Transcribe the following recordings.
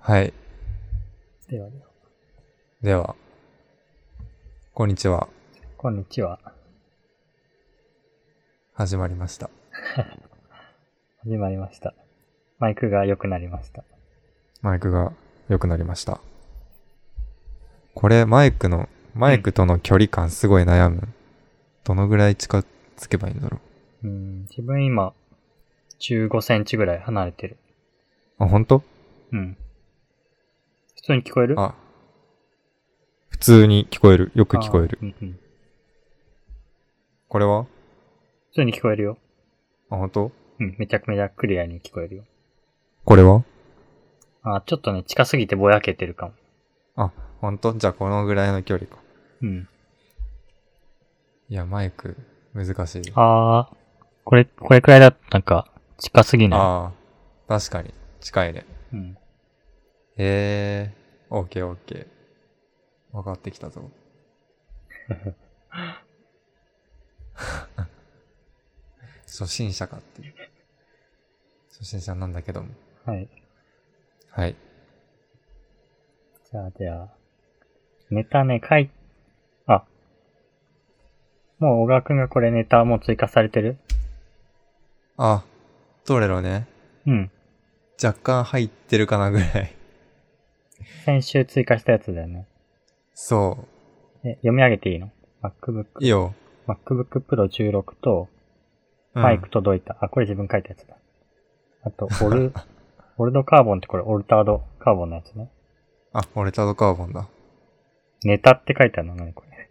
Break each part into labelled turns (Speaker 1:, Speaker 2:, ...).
Speaker 1: はい。
Speaker 2: ではでは、
Speaker 1: では、こんにちは。
Speaker 2: こんにちは。
Speaker 1: 始まりました。
Speaker 2: 始まりました。マイクが良くなりました。
Speaker 1: マイクが良くなりました。これ、マイクの、マイクとの距離感すごい悩む。どのぐらい近づけばいいんだろ
Speaker 2: うん、自分今、15センチぐらい離れてる。
Speaker 1: う。あ、本当？
Speaker 2: うん。普通に聞こえる
Speaker 1: あ、普通に聞こえる。よく聞こえる
Speaker 2: あ。ーうんうん。
Speaker 1: これは
Speaker 2: 普通に聞こえるよ。
Speaker 1: あ、本当？
Speaker 2: うん、めちゃくめちゃクリアに聞こえるよ。
Speaker 1: これは
Speaker 2: あー、ちょっとね、近すぎてぼやけてるかも。
Speaker 1: 本当？じゃあこのぐらいの距離か。
Speaker 2: うん。
Speaker 1: いや、マイク、難しい。
Speaker 2: あー、これ、これくらいだとなんか、近すぎ
Speaker 1: あ
Speaker 2: な
Speaker 1: ー、確かに。近いね。
Speaker 2: いうん。
Speaker 1: へえ、オッケーオッケー。分かってきたぞ。初心者かっていう。初心者なんだけども。
Speaker 2: はい。
Speaker 1: はい。
Speaker 2: じゃあ、じゃあ、ネタね、書い、あ、もう小川くんがこれネタもう追加されてる
Speaker 1: あ、どれろね。
Speaker 2: うん。
Speaker 1: 若干入ってるかなぐらい。
Speaker 2: 先週追加したやつだよね。
Speaker 1: そ
Speaker 2: え、読み上げていいの ?MacBook
Speaker 1: う。いい、よ。
Speaker 2: MacBook Pro 16と、
Speaker 1: うん
Speaker 2: マイク届いた。あ、これ自分書いたやつだ。あと、オル、 オルドカーボンってこれ、オルタードカーボンのやつね。
Speaker 1: あ、俺タドカーボンだ。
Speaker 2: ネタって書いてあるの何これ。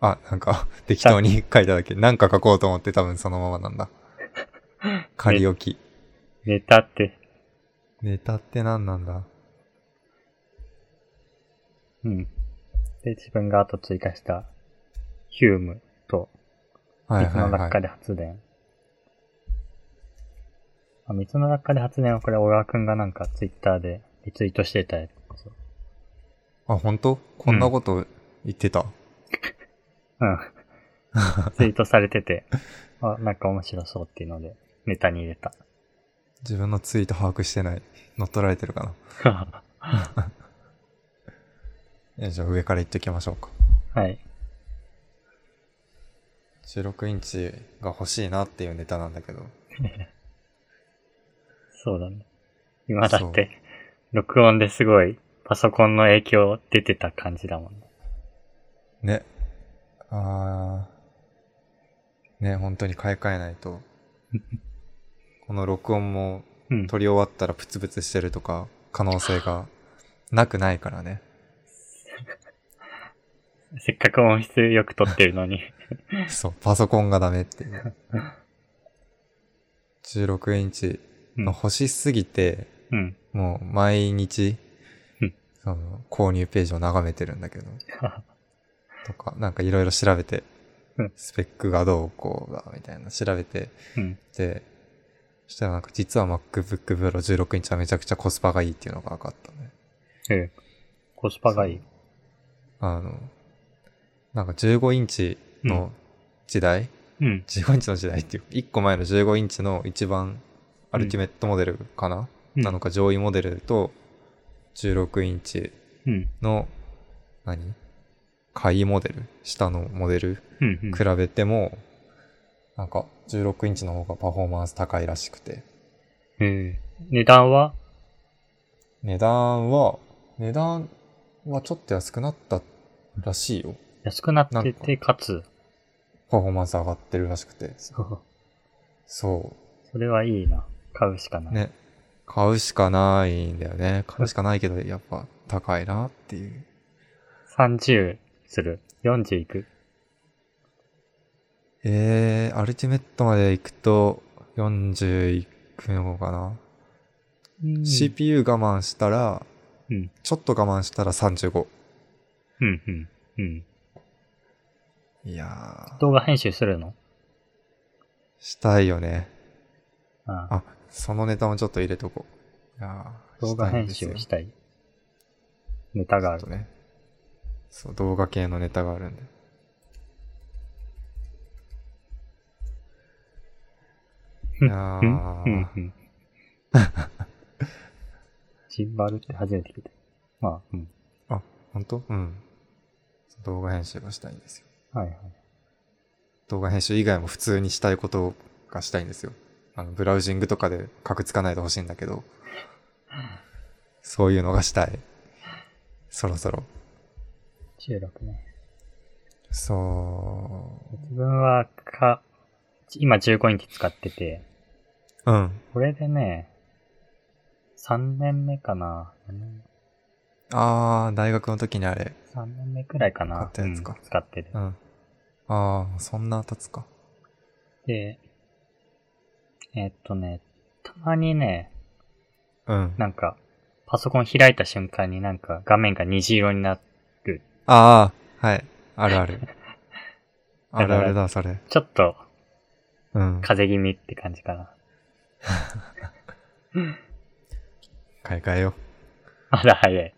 Speaker 1: あ、なんか、 適当に書いただけ。なんか書こうと思って多分そのままなんだ。仮置き。
Speaker 2: ネタって、
Speaker 1: ネタって何なんだ
Speaker 2: うん。で、自分があと追加した、ヒュームと、
Speaker 1: はい
Speaker 2: 水
Speaker 1: は
Speaker 2: の
Speaker 1: い、は
Speaker 2: 落
Speaker 1: い
Speaker 2: 下。で発電。あ水の落下で発電はこれ、小川くんがなんかツイッターでリツイートしてたやつ。
Speaker 1: あ、本当？こんなこと言ってた。
Speaker 2: うん。ツイートされてて、あ、なんか面白そうっていうので、ネタに入 れた。
Speaker 1: 自分のツイート把握してない。乗っ取られてるか
Speaker 2: は
Speaker 1: な。えじゃあ上から言っていきましょうか。
Speaker 2: い。
Speaker 1: 16インチが欲しいなっていうネタなんだけど。
Speaker 2: そうだね。今だって、録音ですごい、パソコンの影響出てた感じだもんね。
Speaker 1: ね。あー。ね、本当に買い替えない と。この録音も
Speaker 2: うん。
Speaker 1: 撮り終わったらプツプツしてるとか、可能性がなくないからね。
Speaker 2: せっかく音質よく撮ってる のに。
Speaker 1: そう、パソコンがダメって いう。16インチの欲しすぎて、
Speaker 2: うん。
Speaker 1: もう毎日
Speaker 2: うん、
Speaker 1: その、購入ページを眺めてるんだけど、とか、なんかいろいろ調べて
Speaker 2: うん、
Speaker 1: スペックがどうこうだ、みたいな調べて、
Speaker 2: うん。
Speaker 1: で、そしたらなんか実は MacBook Pro 16インチはめちゃくちゃコスパがいいっていうのが分かったね。
Speaker 2: うん。コスパがいい。
Speaker 1: あの、なんか15インチの時代、
Speaker 2: うん。
Speaker 1: 15インチの時代っていう、1個前の15インチの一番アルティメットモデルかな、
Speaker 2: うん
Speaker 1: なのか上位モデルと、16インチ
Speaker 2: うん。
Speaker 1: の、何下位モデル下のモデル
Speaker 2: うん。うん
Speaker 1: 比べても、なんか16インチの方がパフォーマンス高いらしくて。
Speaker 2: うん。値段は
Speaker 1: 値段は、値段はちょっと安くなったらしいよ。
Speaker 2: 安くなって
Speaker 1: な
Speaker 2: て、かつ、
Speaker 1: パフォーマンス上がってるらしくて。
Speaker 2: そう。
Speaker 1: そ
Speaker 2: それはいいな。買うしかな
Speaker 1: う。
Speaker 2: い。
Speaker 1: ね。買うしかないんだよね。買うしかないけど、やっぱ高いなっていう。
Speaker 2: 30する。40いく。
Speaker 1: えー、アルティメットまで行くと40いくのかな、
Speaker 2: うん。
Speaker 1: CPU 我慢したら、
Speaker 2: うん
Speaker 1: ちょっと我慢したら35。
Speaker 2: うん。うん。うん。
Speaker 1: いやー、
Speaker 2: 動画編集するの
Speaker 1: したいよね。
Speaker 2: ああ
Speaker 1: あ、そのネタもちょっと入れとこう。いやー
Speaker 2: 動画編集をしたい。ネタがあ
Speaker 1: ちょ
Speaker 2: る
Speaker 1: っと。ね。そう、動画系のネタがあるんで。いや
Speaker 2: うんうんう
Speaker 1: ー
Speaker 2: ん ジンバルって初めて聞いた。まあ、うん。
Speaker 1: 本当うん。動画編集がしたいんですよ。
Speaker 2: はいはい。
Speaker 1: 動画編集以外も普通にしたいことがしたいんですよ。あの、ブラウジングとかで格つかないでほしいんだけど、そういうのがしたい。そろそろ。
Speaker 2: 収録ね。
Speaker 1: そ
Speaker 2: 自分は、か、今15インチ使ってて、
Speaker 1: う。うん。
Speaker 2: これでね、3年目かな。何年
Speaker 1: あー、大学の時にあれ。
Speaker 2: 3年目くらいかな。
Speaker 1: 買ったやつか
Speaker 2: うん使ってる。
Speaker 1: うん。あー、そんな経つか。
Speaker 2: で、えっとね、たまにね、
Speaker 1: うん。
Speaker 2: なんか、パソコン開いた瞬間になんか画面が虹色になっ
Speaker 1: あー、はい。あるある。あるあるだ、それ。
Speaker 2: ちょっと
Speaker 1: うん。
Speaker 2: 風邪気味って感じかな。
Speaker 1: 買い替えよ
Speaker 2: まだ 早い。い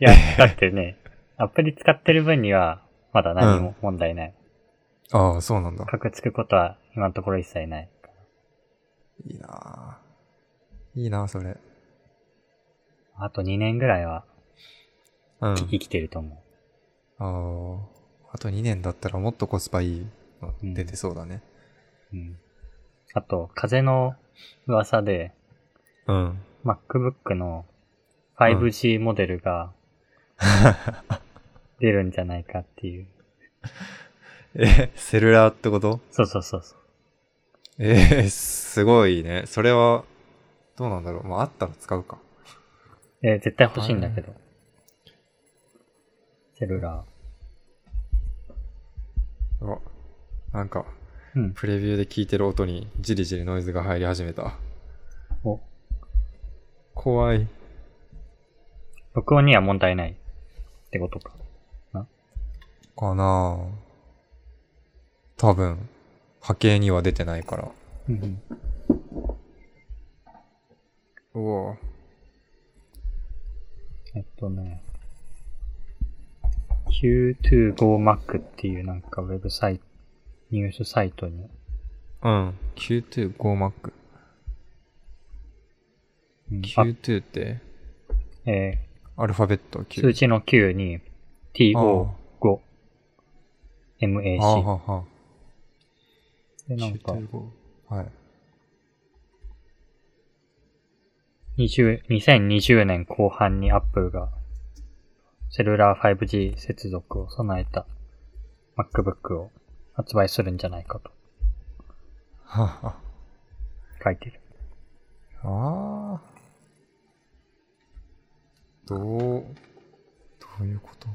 Speaker 2: や、だってね、アプリ使ってる分には、まだ何も問題ない。
Speaker 1: う。あー、そうなんだ。
Speaker 2: カクつくことは今のところ一切ない。
Speaker 1: いいなぁ。いいなぁ、それ。
Speaker 2: あと2年ぐらいは
Speaker 1: うん。
Speaker 2: 生きてると思
Speaker 1: あーあと2年だったらもっとコスパいいの出てそうだね。
Speaker 2: う。うん。あと、風の噂で、
Speaker 1: うん。
Speaker 2: MacBook の 5G モデルが 出るんじゃないかっていう。
Speaker 1: え、セルラーってこと
Speaker 2: そうそうそうそう。
Speaker 1: えー、すごいね。それは、どうなんだろう。まあ、あったら使うか。
Speaker 2: えー絶対欲しいんだけど。セルラ
Speaker 1: うわなんか、
Speaker 2: ー。うん。
Speaker 1: プレビューで聞いてる音にじりじりノイズが入り始めた。
Speaker 2: お
Speaker 1: 怖い。
Speaker 2: 録音には問題ないってことか。
Speaker 1: かなぁ。多分、波形には出てないから。
Speaker 2: うん。
Speaker 1: うわ
Speaker 2: えっとね。925Mac っていうなんかウェブサイト、ニュースサイトに、
Speaker 1: うん。925Mac。
Speaker 2: うんあ
Speaker 1: 92って
Speaker 2: え
Speaker 1: アルファベット
Speaker 2: ー
Speaker 1: 9。
Speaker 2: 数字の9に T55MAC
Speaker 1: あ。ああはは。
Speaker 2: で、なんか、
Speaker 1: 95はい。
Speaker 2: 20 2020年後半に Apple がセルラー 5G 接続を備えた MacBook を発売するんじゃないかと
Speaker 1: はは。
Speaker 2: 書いてる。
Speaker 1: ああ。どう、どういうこと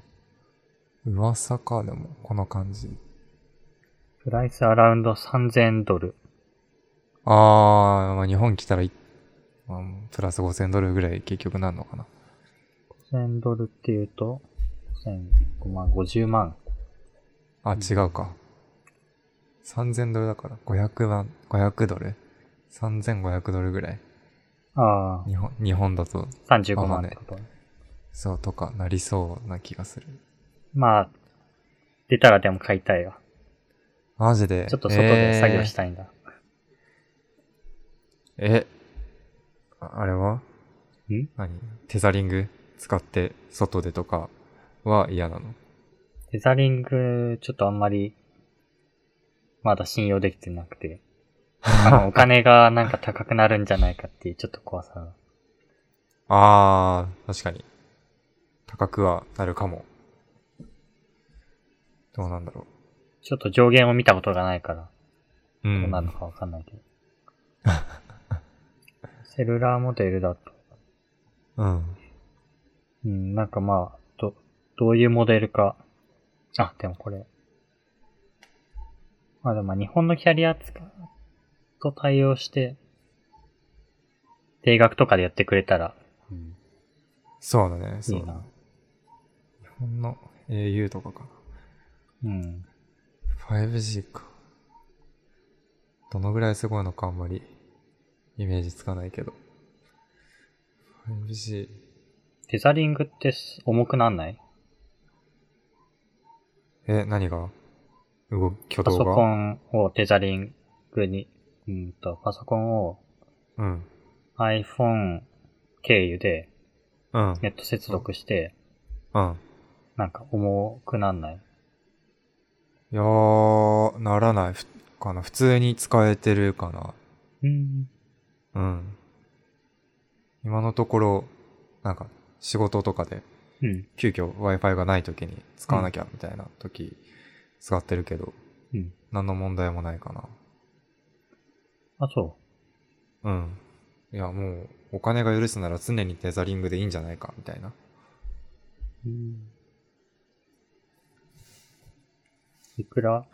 Speaker 1: 噂か、でも、この感じ。
Speaker 2: プライスアラウンド3000ドル。
Speaker 1: ああ、まあ、日本来たらい、まあプラス5000ドルぐらい結局なんのかな。
Speaker 2: 5000ドルっていうと、1000 5万、50万。
Speaker 1: あ、違うか。3000ドルだから、500万、500ドル ?3500 ドルぐらい。
Speaker 2: あ
Speaker 1: 日本、日本だと、
Speaker 2: あ、35万ってこと。
Speaker 1: そうとかなりそうな気がする。
Speaker 2: まあ、出たらでも買いたいわ。
Speaker 1: マジで。。
Speaker 2: ちょっと外で作業したたいんだ。
Speaker 1: えああれは
Speaker 2: ん
Speaker 1: 何テザリング使って外でとかは嫌なの
Speaker 2: テザリング、ちょっとあんまり、まだ信用できてなくて、あの、お金がなんか高くなるんじゃないかっていう、ちょっと怖さが。
Speaker 1: あー、確かに。高くはなるかも。どうなんだろ
Speaker 2: ちょっと上限を見たことがないから、
Speaker 1: う。う。
Speaker 2: どうんなるのかわかんないけど。セルラーモデルだと、
Speaker 1: うん。
Speaker 2: うん、なんかまあ、ど、どういうモデルか。あ、でもこれ。まあでもまあ日本のキャリア使うと対応して、定額とかでやってくれたら、うん、
Speaker 1: そうだね。そ
Speaker 2: いうい
Speaker 1: だね
Speaker 2: な。
Speaker 1: 日本の au とかか
Speaker 2: うん。
Speaker 1: な。5G か。どのぐらいすごいのかあんまりイメージつかないけど。5G。
Speaker 2: テザリングってす重くなんない
Speaker 1: え、何が動き、挙
Speaker 2: パ
Speaker 1: 動
Speaker 2: ソ
Speaker 1: が
Speaker 2: コンをテザリングに、うんと、パソコンを
Speaker 1: うん。
Speaker 2: iPhone 経由で
Speaker 1: うん。
Speaker 2: ネット接続して、
Speaker 1: うん。
Speaker 2: なんか重くなんない。
Speaker 1: いやー、ならないふかな。普通に使えてるかな。
Speaker 2: うん。
Speaker 1: うん。今のところ、なんか、仕事とかで、
Speaker 2: うん。
Speaker 1: 急遽 Wi-Fi がない時に使わなきゃみたいな時、使ってるけど、
Speaker 2: うん。
Speaker 1: 何の問題もないか
Speaker 2: あ、そ
Speaker 1: な。うん。いや、もう、お金が許すなら常にテザリングでいいんじゃないか、みたいな。
Speaker 2: う。うん。いくら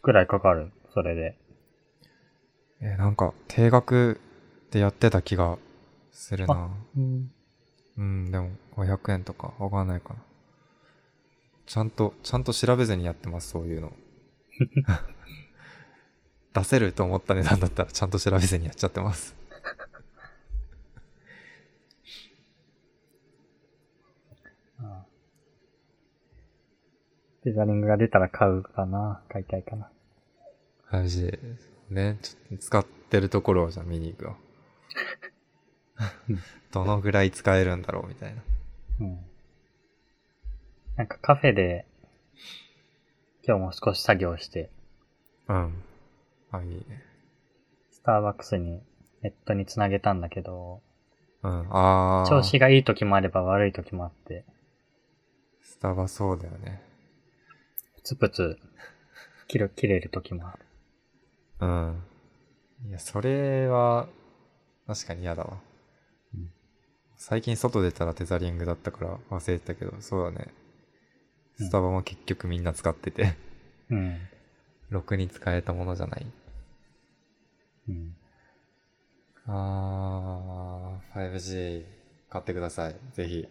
Speaker 2: くらいかかるそれで。
Speaker 1: えーなんか、定額でやってた気がするな。
Speaker 2: うん。
Speaker 1: うん、でも、500円とか、わかんないかな。ちゃんと、ちゃんと調べずにやってます、そういうの。 出せると思った値段だったら、ちゃんと調べずにやっちゃってます。
Speaker 2: ああテザリングが出たら買うかな買いたいかな。
Speaker 1: マジで。ね、ちょっと使ってるところをじゃあ見に行く よ
Speaker 2: うん。
Speaker 1: どのぐらい使えるんだろう、みたいな。
Speaker 2: うん。なんかカフェで、今日も少し作業して、
Speaker 1: うん。あ、いいね。
Speaker 2: スターバックスにネットにつなげたんだけど、
Speaker 1: うん、あー。
Speaker 2: 調子がいい時もあれば悪い時もあって、
Speaker 1: スタバそうだよね。
Speaker 2: プツプツ切る、切れる時もある。
Speaker 1: うん。いや、それは、確かに嫌だわ。
Speaker 2: うん
Speaker 1: 最近外出たらテザリングだったから忘れてたけど、そうだね。スタバも結局みんな使ってて、
Speaker 2: うん。
Speaker 1: ろくに使えたものじゃない。
Speaker 2: うん。
Speaker 1: あー、5G 買ってください。ぜひ。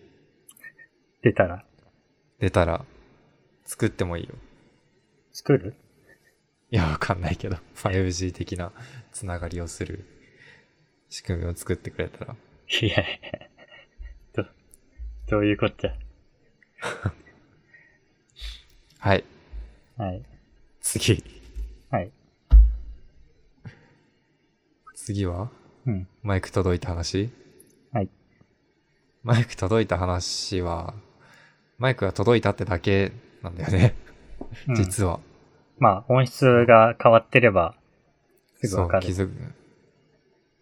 Speaker 2: 出たら、
Speaker 1: 出たら、作ってもいいよ。
Speaker 2: 作る
Speaker 1: いや、わかんないけど、5G 的なつながりをする仕組みを作ってくれたら。
Speaker 2: いやいや、ど、どういうこっちゃ。
Speaker 1: はい、
Speaker 2: はい。
Speaker 1: 次。
Speaker 2: はい。
Speaker 1: 次は
Speaker 2: うん。
Speaker 1: マイク届いた話
Speaker 2: はい。
Speaker 1: マイク届いた話は、マイクが届いたってだけなんだよね、
Speaker 2: うん
Speaker 1: 実は。
Speaker 2: まあ、音質が変わってれば、すぐ
Speaker 1: そ
Speaker 2: わ
Speaker 1: う
Speaker 2: か、る
Speaker 1: 気。づく、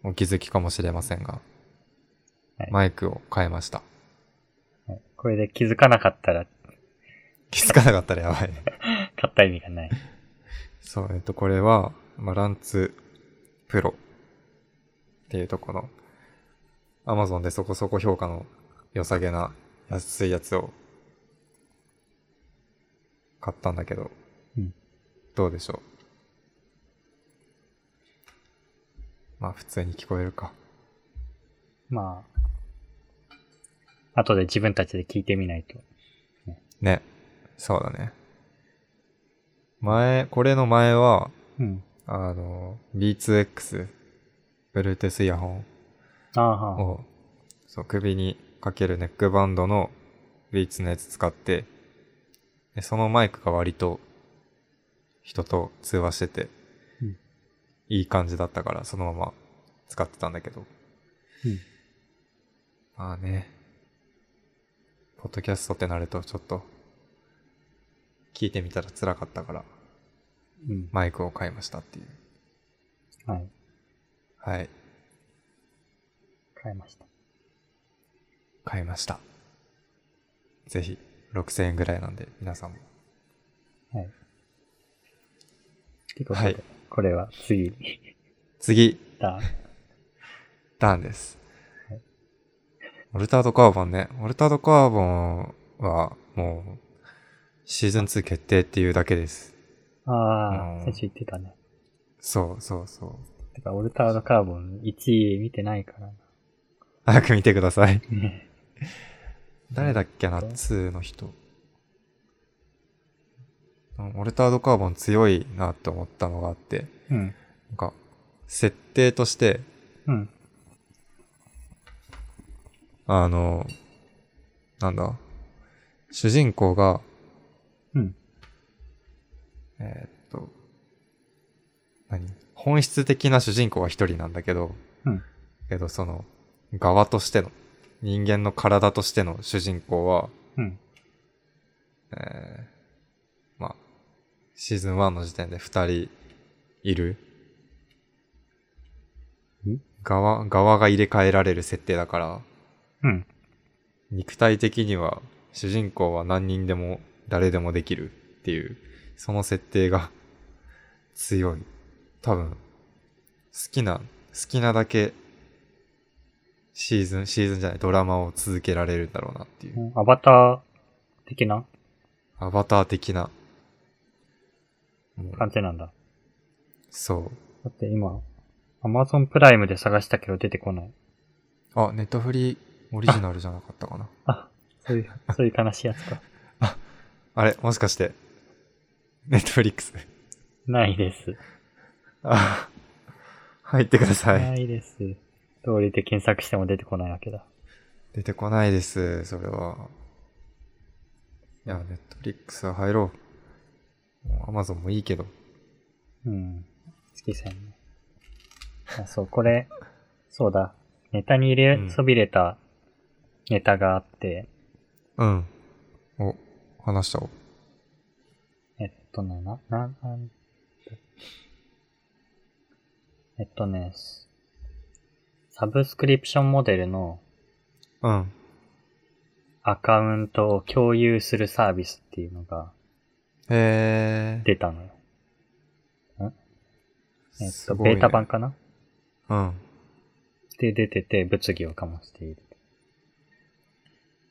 Speaker 1: お気づきかもしれませんが、
Speaker 2: はい
Speaker 1: マイクを変えました。
Speaker 2: はいこれで気づかなかったら、
Speaker 1: 気づかなかったらやばいね。
Speaker 2: 買った意味がない。
Speaker 1: そう、えっと、これは、まあ、ランツプロっていうとこの、アマゾンでそこそこ評価の良さげな安いやつを買ったんだけど、
Speaker 2: うん
Speaker 1: どうでしょう。まあ、普通に聞こえるか。
Speaker 2: まあ、後で自分たちで聞いてみないと。
Speaker 1: ね。そうだね。前、これの前は、
Speaker 2: うん。
Speaker 1: あの、B2X、Bluetooth イヤホン
Speaker 2: ああ、はあ
Speaker 1: をそう首にかけるネックバンドのビーツのやつ使ってでそのマイクが割と人と通話してて、
Speaker 2: うん
Speaker 1: いい感じだったからそのまま使ってたんだけど
Speaker 2: うん。
Speaker 1: まあねポッドキャストってなるとちょっと聞いてみたら辛かったから
Speaker 2: うん。
Speaker 1: マイクを買いましたっていう
Speaker 2: はい。
Speaker 1: はい
Speaker 2: 買いました。
Speaker 1: 買いましたぜひ6000円ぐらいなんで皆さんも
Speaker 2: はい。ということで、
Speaker 1: はい
Speaker 2: これは次に、
Speaker 1: 次
Speaker 2: だ。
Speaker 1: ダンです
Speaker 2: はい。
Speaker 1: モルタードカーボンね。モルタードカーボンはもうシーズン2決定っていうだけです。
Speaker 2: あ
Speaker 1: うん
Speaker 2: あ、先週言ってたね。
Speaker 1: そうそうそう。
Speaker 2: てか、オルタードカーボン1位見てないからな。
Speaker 1: 早く見てください。
Speaker 2: ね
Speaker 1: 誰だっけな、2の人。うんモルタードカーボン強いなって思ったのがあって、
Speaker 2: うん。
Speaker 1: なんか、設定として、
Speaker 2: うん。
Speaker 1: あの、なんだ、主人公が、
Speaker 2: うん。
Speaker 1: えーっと、何本質的な主人公は一人なんだけど、
Speaker 2: うん。
Speaker 1: けどその、側としての、人間の体としての主人公は、
Speaker 2: うん。
Speaker 1: えーまあ、シーズン1の時点で2人いる
Speaker 2: ん
Speaker 1: 側、側が入れ替えられる設定だから、
Speaker 2: うん。
Speaker 1: 肉体的には主人公は何人でも誰でもできるっていう、その設定が 強い。多分、好きな、好きなだけシーズン、シーズンじゃない、ドラマを続けられるんだろうなっていう。
Speaker 2: アバター的な
Speaker 1: アバター的な。もう
Speaker 2: 感じなんだ。
Speaker 1: そ
Speaker 2: だって今、アマゾンプライムで探したけど出てこない。
Speaker 1: う。あ、ネットフリーオリジナルじゃなかったか な。
Speaker 2: あ、そういう、そういう悲しいやつ か。
Speaker 1: あれ、もしかして、ネットフリックス。
Speaker 2: ないです。
Speaker 1: あ、入ってください。
Speaker 2: ないです。通りで検索しても出てこないわけだ。
Speaker 1: 出てこないです、それは。いや、ネットフリックスは入ろう。もうアマゾンもいいけど。
Speaker 2: うん。月さんね。あ、そう、これ、そうだ。ネタに入れ、
Speaker 1: うん
Speaker 2: そびれたネタがあって、
Speaker 1: うん。お、話したお。
Speaker 2: えっとね、な、な、なんえっとね、すサブスクリプションモデルの
Speaker 1: うん。
Speaker 2: アカウントを共有するサービスっていうのが
Speaker 1: へえ。
Speaker 2: 出たのよ。えっ
Speaker 1: す
Speaker 2: と、
Speaker 1: ごいね
Speaker 2: ベータ版。かな
Speaker 1: うん。
Speaker 2: で出てて物議を醸している。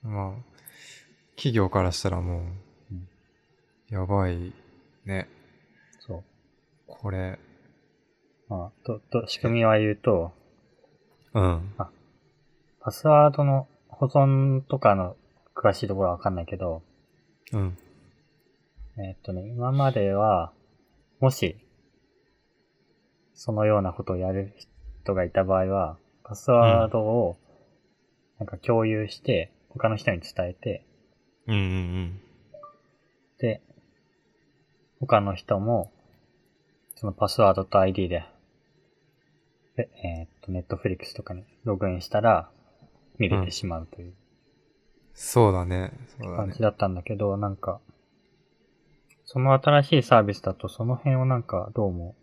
Speaker 1: まあ、企業からしたらもう
Speaker 2: うん、
Speaker 1: やばいね。
Speaker 2: そう。
Speaker 1: これ。
Speaker 2: まあ、と、と、仕組みは言うと、
Speaker 1: うん。
Speaker 2: パスワードの保存とかの詳しいところはわかんないけど、
Speaker 1: うん。
Speaker 2: えーっとね、今までは、もし、そのようなことをやる人がいた場合は、パスワードを、なんか共有して、他の人に伝えて、
Speaker 1: うんうん
Speaker 2: で、他の人も、そのパスワードと ID で、でえーっと、ネットフリックスとかにログインしたら、見れてしまうという。
Speaker 1: そうだね。そうだ
Speaker 2: 感
Speaker 1: ね
Speaker 2: じ。だったんだけど、なんか、その新しいサービスだとその辺をなんかどうも、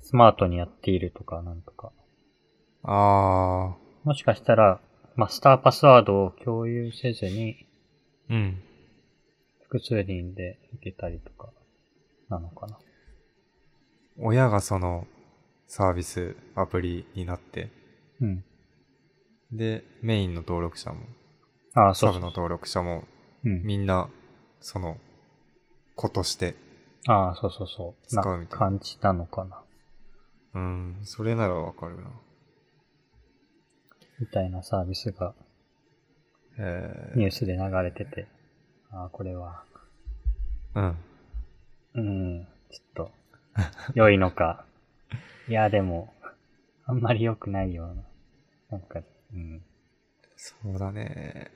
Speaker 2: スマートにやっているとかなんとか。
Speaker 1: あ
Speaker 2: もしかしたら、マスターパスワードを共有せずに、
Speaker 1: ー。うん。
Speaker 2: 複数人で入れたりとか、なのかな。
Speaker 1: 親がそのサービス、アプリになって、
Speaker 2: うん。
Speaker 1: で、メインの登録者も、
Speaker 2: ああ、そ
Speaker 1: サ
Speaker 2: う
Speaker 1: ブ
Speaker 2: そ
Speaker 1: の
Speaker 2: う。
Speaker 1: 登録者も、
Speaker 2: うん。
Speaker 1: みんな、その、子として、
Speaker 2: ああ、そうそうそう。
Speaker 1: 使う
Speaker 2: な
Speaker 1: みたいな
Speaker 2: 感じなのかな。
Speaker 1: うん、それならわかるな。
Speaker 2: みたいなサービスが
Speaker 1: え
Speaker 2: ニュースで流れてて、ああ、これは
Speaker 1: ー、うん。
Speaker 2: うん、ちょっと、良いのか。いや、でも、あんまり良くないような。なんか、うん。
Speaker 1: そうだね。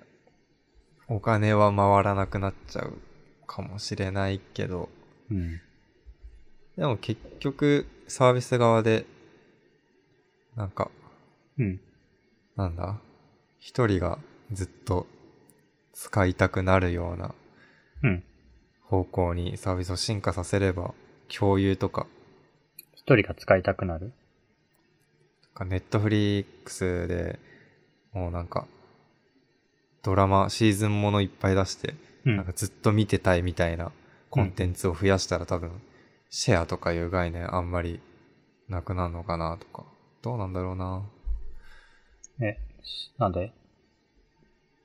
Speaker 1: お金は回らなくなっちゃうかもしれないけど、
Speaker 2: うん。
Speaker 1: でも結局、サービス側で、なんか、
Speaker 2: うん。
Speaker 1: なんだ一人がずっと使いたくなるような
Speaker 2: うん。
Speaker 1: 方向にサービスを進化させれば共有とか
Speaker 2: 一人が使いたくなる
Speaker 1: ネットフリックスでもうなんかドラマシーズンものいっぱい出して
Speaker 2: う
Speaker 1: なんか。ずっと見てたいみたいなコンテンツを増やしたら多分シェアとかいう概念あんまりなくなるのかなとかどうなんだろうな
Speaker 2: え、なんで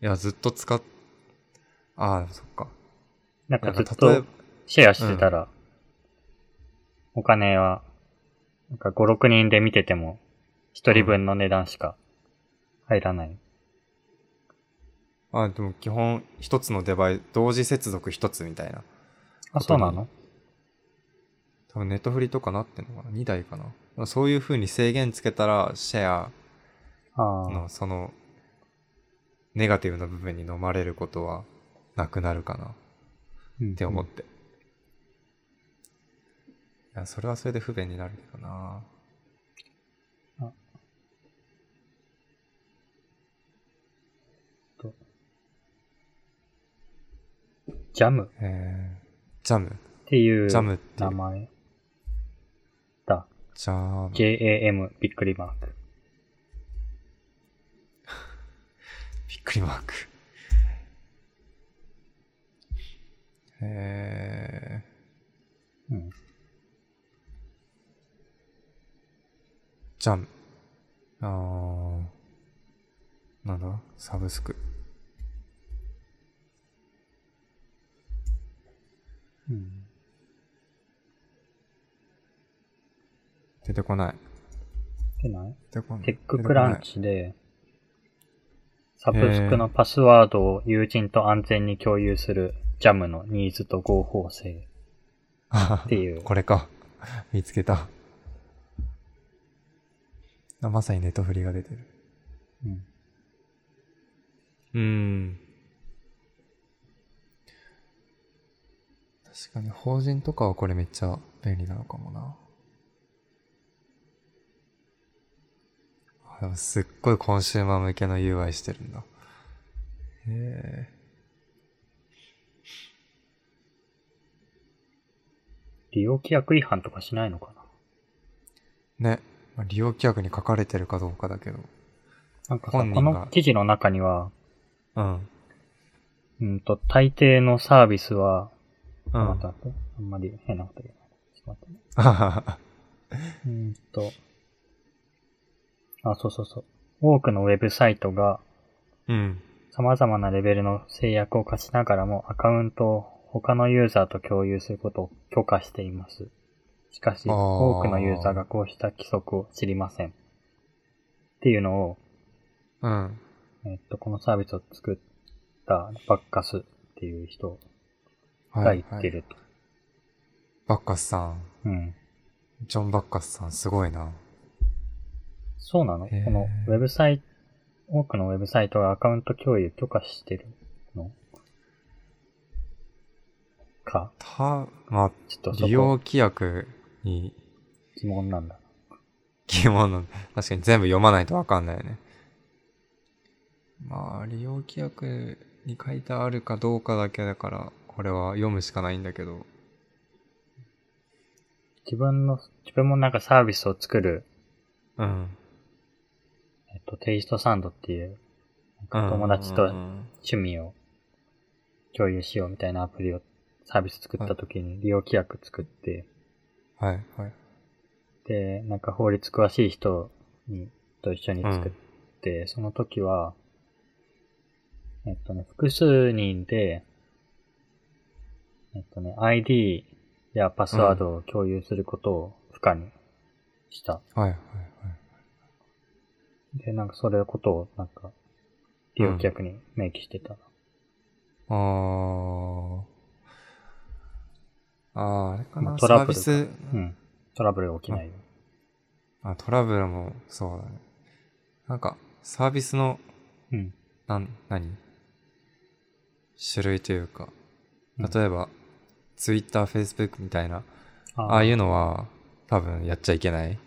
Speaker 1: いやずっと使っああでもそっか
Speaker 2: なん
Speaker 1: な
Speaker 2: か
Speaker 1: ん
Speaker 2: ず
Speaker 1: か
Speaker 2: っ
Speaker 1: 例え
Speaker 2: と
Speaker 1: ば
Speaker 2: シェアしてたら、お金は、なんか5、6人で見てても、一人分の値段しか入らない。
Speaker 1: あ、でも基本一つのデバイス、同時接続一つみたいな。
Speaker 2: あ、そうなの
Speaker 1: 多分ネットフリとかなってんのかな ?2 台かなまあそういう風に制限つけたら、シェア
Speaker 2: ああ、
Speaker 1: のその、ネガティブな部分に飲まれることはなくなるかなっ
Speaker 2: うん
Speaker 1: て思って。いや、それはそれで不便になるけどな
Speaker 2: ジャム
Speaker 1: えー、ジャム。
Speaker 2: っていう
Speaker 1: ジャムってい
Speaker 2: 名
Speaker 1: う。
Speaker 2: 前だ。
Speaker 1: ジャム。
Speaker 2: JAM びっくりマーク。
Speaker 1: びっくりマーク。えー、
Speaker 2: うん。
Speaker 1: ジャム。あー、なんだサブスク。
Speaker 2: うん、
Speaker 1: 出てこない。
Speaker 2: でない
Speaker 1: 出てこない。
Speaker 2: テッククラン
Speaker 1: チ。
Speaker 2: チで、サブスクのパスワードを友人と安全に共有するジャムのニーズと合法性
Speaker 1: あ
Speaker 2: っていう。
Speaker 1: これか。見つけた。あまさにネトフリが出てる。
Speaker 2: うん
Speaker 1: うーん。確かに法人とかはこれめっちゃ便利なのかもな。あでもすっごいコンシューマー向けの UI してるんだ。へえ。
Speaker 2: 利用規約違反とかしないのかな
Speaker 1: ね。まあ利用規約に書かれてるかどうかだけど。
Speaker 2: なんかさ、
Speaker 1: 本人
Speaker 2: こ
Speaker 1: が
Speaker 2: の記事の中には、
Speaker 1: うん。
Speaker 2: うんと、大抵のサービスは、
Speaker 1: う
Speaker 2: あ
Speaker 1: ん。
Speaker 2: 待って待ってあんまり変なこと言わない。ちょっと待ってね
Speaker 1: あ
Speaker 2: うーんと。あ、そうそうそう。多くのウェブサイトが
Speaker 1: うん。
Speaker 2: 様々なレベルの制約を課しながらもアカウントを他のユーザーと共有することを許可しています。しかし、
Speaker 1: あー
Speaker 2: 多くのユーザーがこうした規則を知りません。っていうのを、
Speaker 1: うん。
Speaker 2: えっと、このサービスを作ったバッカスっていう人が
Speaker 1: は
Speaker 2: 言
Speaker 1: い、は
Speaker 2: って
Speaker 1: い。
Speaker 2: ると。
Speaker 1: バッカスさん。
Speaker 2: うん。
Speaker 1: ジョン・バッカスさん、すごいな。
Speaker 2: そうなの
Speaker 1: へー
Speaker 2: このウェブサイト、多くのウェブサイトがアカウント共有許可してるのか
Speaker 1: た、まあ、
Speaker 2: ちょっとそ
Speaker 1: 利用
Speaker 2: こ
Speaker 1: 規約に
Speaker 2: 疑問なんだ。
Speaker 1: 疑問なの。確かに全部読まないとわかんないよね。まあ、利用規約に書いてあるかどうかだけだから、これは読むしかないんだけど。
Speaker 2: 自分の、自分もなんかサービスを作る、
Speaker 1: うん。
Speaker 2: えっと、テイストサンドっていう、なんか友達と
Speaker 1: うんうん
Speaker 2: 趣味を共有しようみたいなアプリを、サービス作った時に利用規約作って、
Speaker 1: うんはい、はい。
Speaker 2: で、なんか法律詳しい人にと一緒に作って、その時は、えっとね、複数人で、えっとね、ID やパスワードを共有することを不可にした。
Speaker 1: はい、はい、はい。
Speaker 2: で、なんかそれのことを、なんか、利用規約に明記してた。
Speaker 1: あー。あー、あれか
Speaker 2: ま
Speaker 1: な、
Speaker 2: あ
Speaker 1: サ
Speaker 2: ト
Speaker 1: ー
Speaker 2: ラブ
Speaker 1: ビ
Speaker 2: ルか
Speaker 1: ス、
Speaker 2: うん。トラブルが起きないよ
Speaker 1: あ、トラブルもそうだね。なんか、サービスの
Speaker 2: う。うん。
Speaker 1: なん、何種類というか、
Speaker 2: うん
Speaker 1: 例えば、ツイッター、フェイスブックみたいな、
Speaker 2: あ。
Speaker 1: ああいううのは多分やっちゃいけない。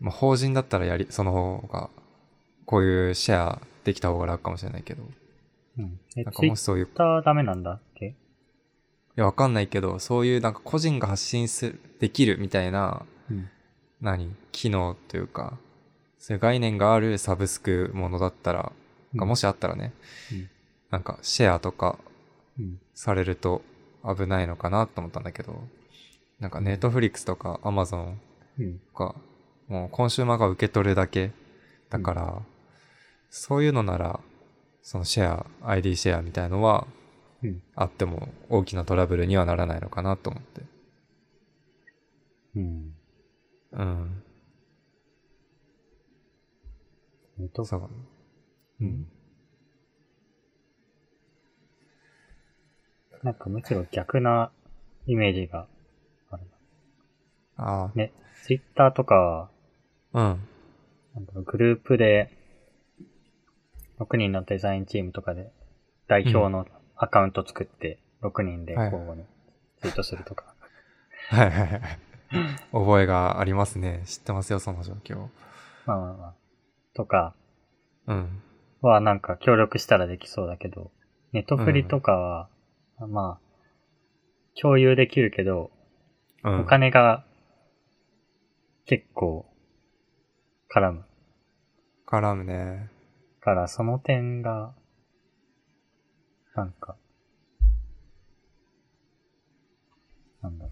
Speaker 1: まあ、法人だったらやり、その方が、こういうシェアできた方が楽かもしれないけど、
Speaker 2: うん。え、
Speaker 1: なんか
Speaker 2: ツイ
Speaker 1: も
Speaker 2: ッ
Speaker 1: しそういう、い
Speaker 2: ターダメなんだっけ
Speaker 1: や、わかんないけど、そういうなんか個人が発信する、できるみたいな、
Speaker 2: うん。
Speaker 1: 何、機能というか、そういう概念があるサブスクものだったら、がもしあったらね、
Speaker 2: うん
Speaker 1: なんかシェアとか
Speaker 2: うん。
Speaker 1: されると危ないのかなと思ったんだけど、なんかネットフリックスとかアマゾン
Speaker 2: うん。
Speaker 1: とか、もうコンシューマーが受け取るだけだから、そういうのなら、そのシェア、ID シェアみたいのは
Speaker 2: うん。
Speaker 1: あっても大きなトラブルにはならないのかなと思って。
Speaker 2: うん。
Speaker 1: うん。
Speaker 2: えっと、
Speaker 1: そう。うん。
Speaker 2: なんかむしろ逆なイメージがある。
Speaker 1: ああ、
Speaker 2: ね、ツイッターとか、
Speaker 1: うん。
Speaker 2: なんだろうグループで、6人のデザインチームとかで、代表のアカウント作って、6人で
Speaker 1: はい
Speaker 2: 交互にツイートするとか。
Speaker 1: はいはいはい。覚えがありますね。知ってますよ、その状況。
Speaker 2: まあまあまあ。とか
Speaker 1: うん。
Speaker 2: はなんか協力したらできそうだけど、ネトフリとかは、まあ、共有できるけど、
Speaker 1: うん。
Speaker 2: お金が結構絡む。
Speaker 1: 絡むね。
Speaker 2: から、その点が、なんか、なんだろ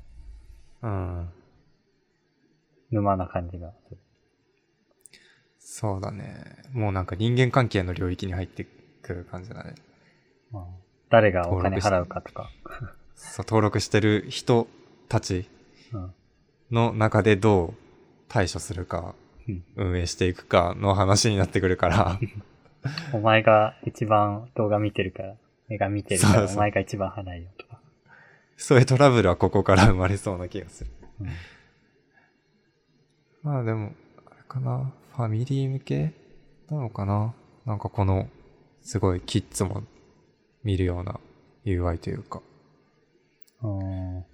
Speaker 1: うん。
Speaker 2: う、沼な感じがする。
Speaker 1: そうだね。もうなんか人間関係の領域に入ってくる感じだね。
Speaker 2: まあ、誰がお金払うかとか。
Speaker 1: そう、登録してる人たち
Speaker 2: うん。
Speaker 1: の中でどう対処するか
Speaker 2: うん、
Speaker 1: 運営していくかの話になってくるから、
Speaker 2: お前が一番動画見てるから、映画見てるか
Speaker 1: そう
Speaker 2: ら、
Speaker 1: そ
Speaker 2: お
Speaker 1: う
Speaker 2: 前が一番払えよとか。
Speaker 1: そういうトラブルはここから生まれそうな気がする。
Speaker 2: うん。
Speaker 1: まあでも、あれかな、ファミリー向けなのかななんかこの、すごいキッズも見るような UI というか、
Speaker 2: うん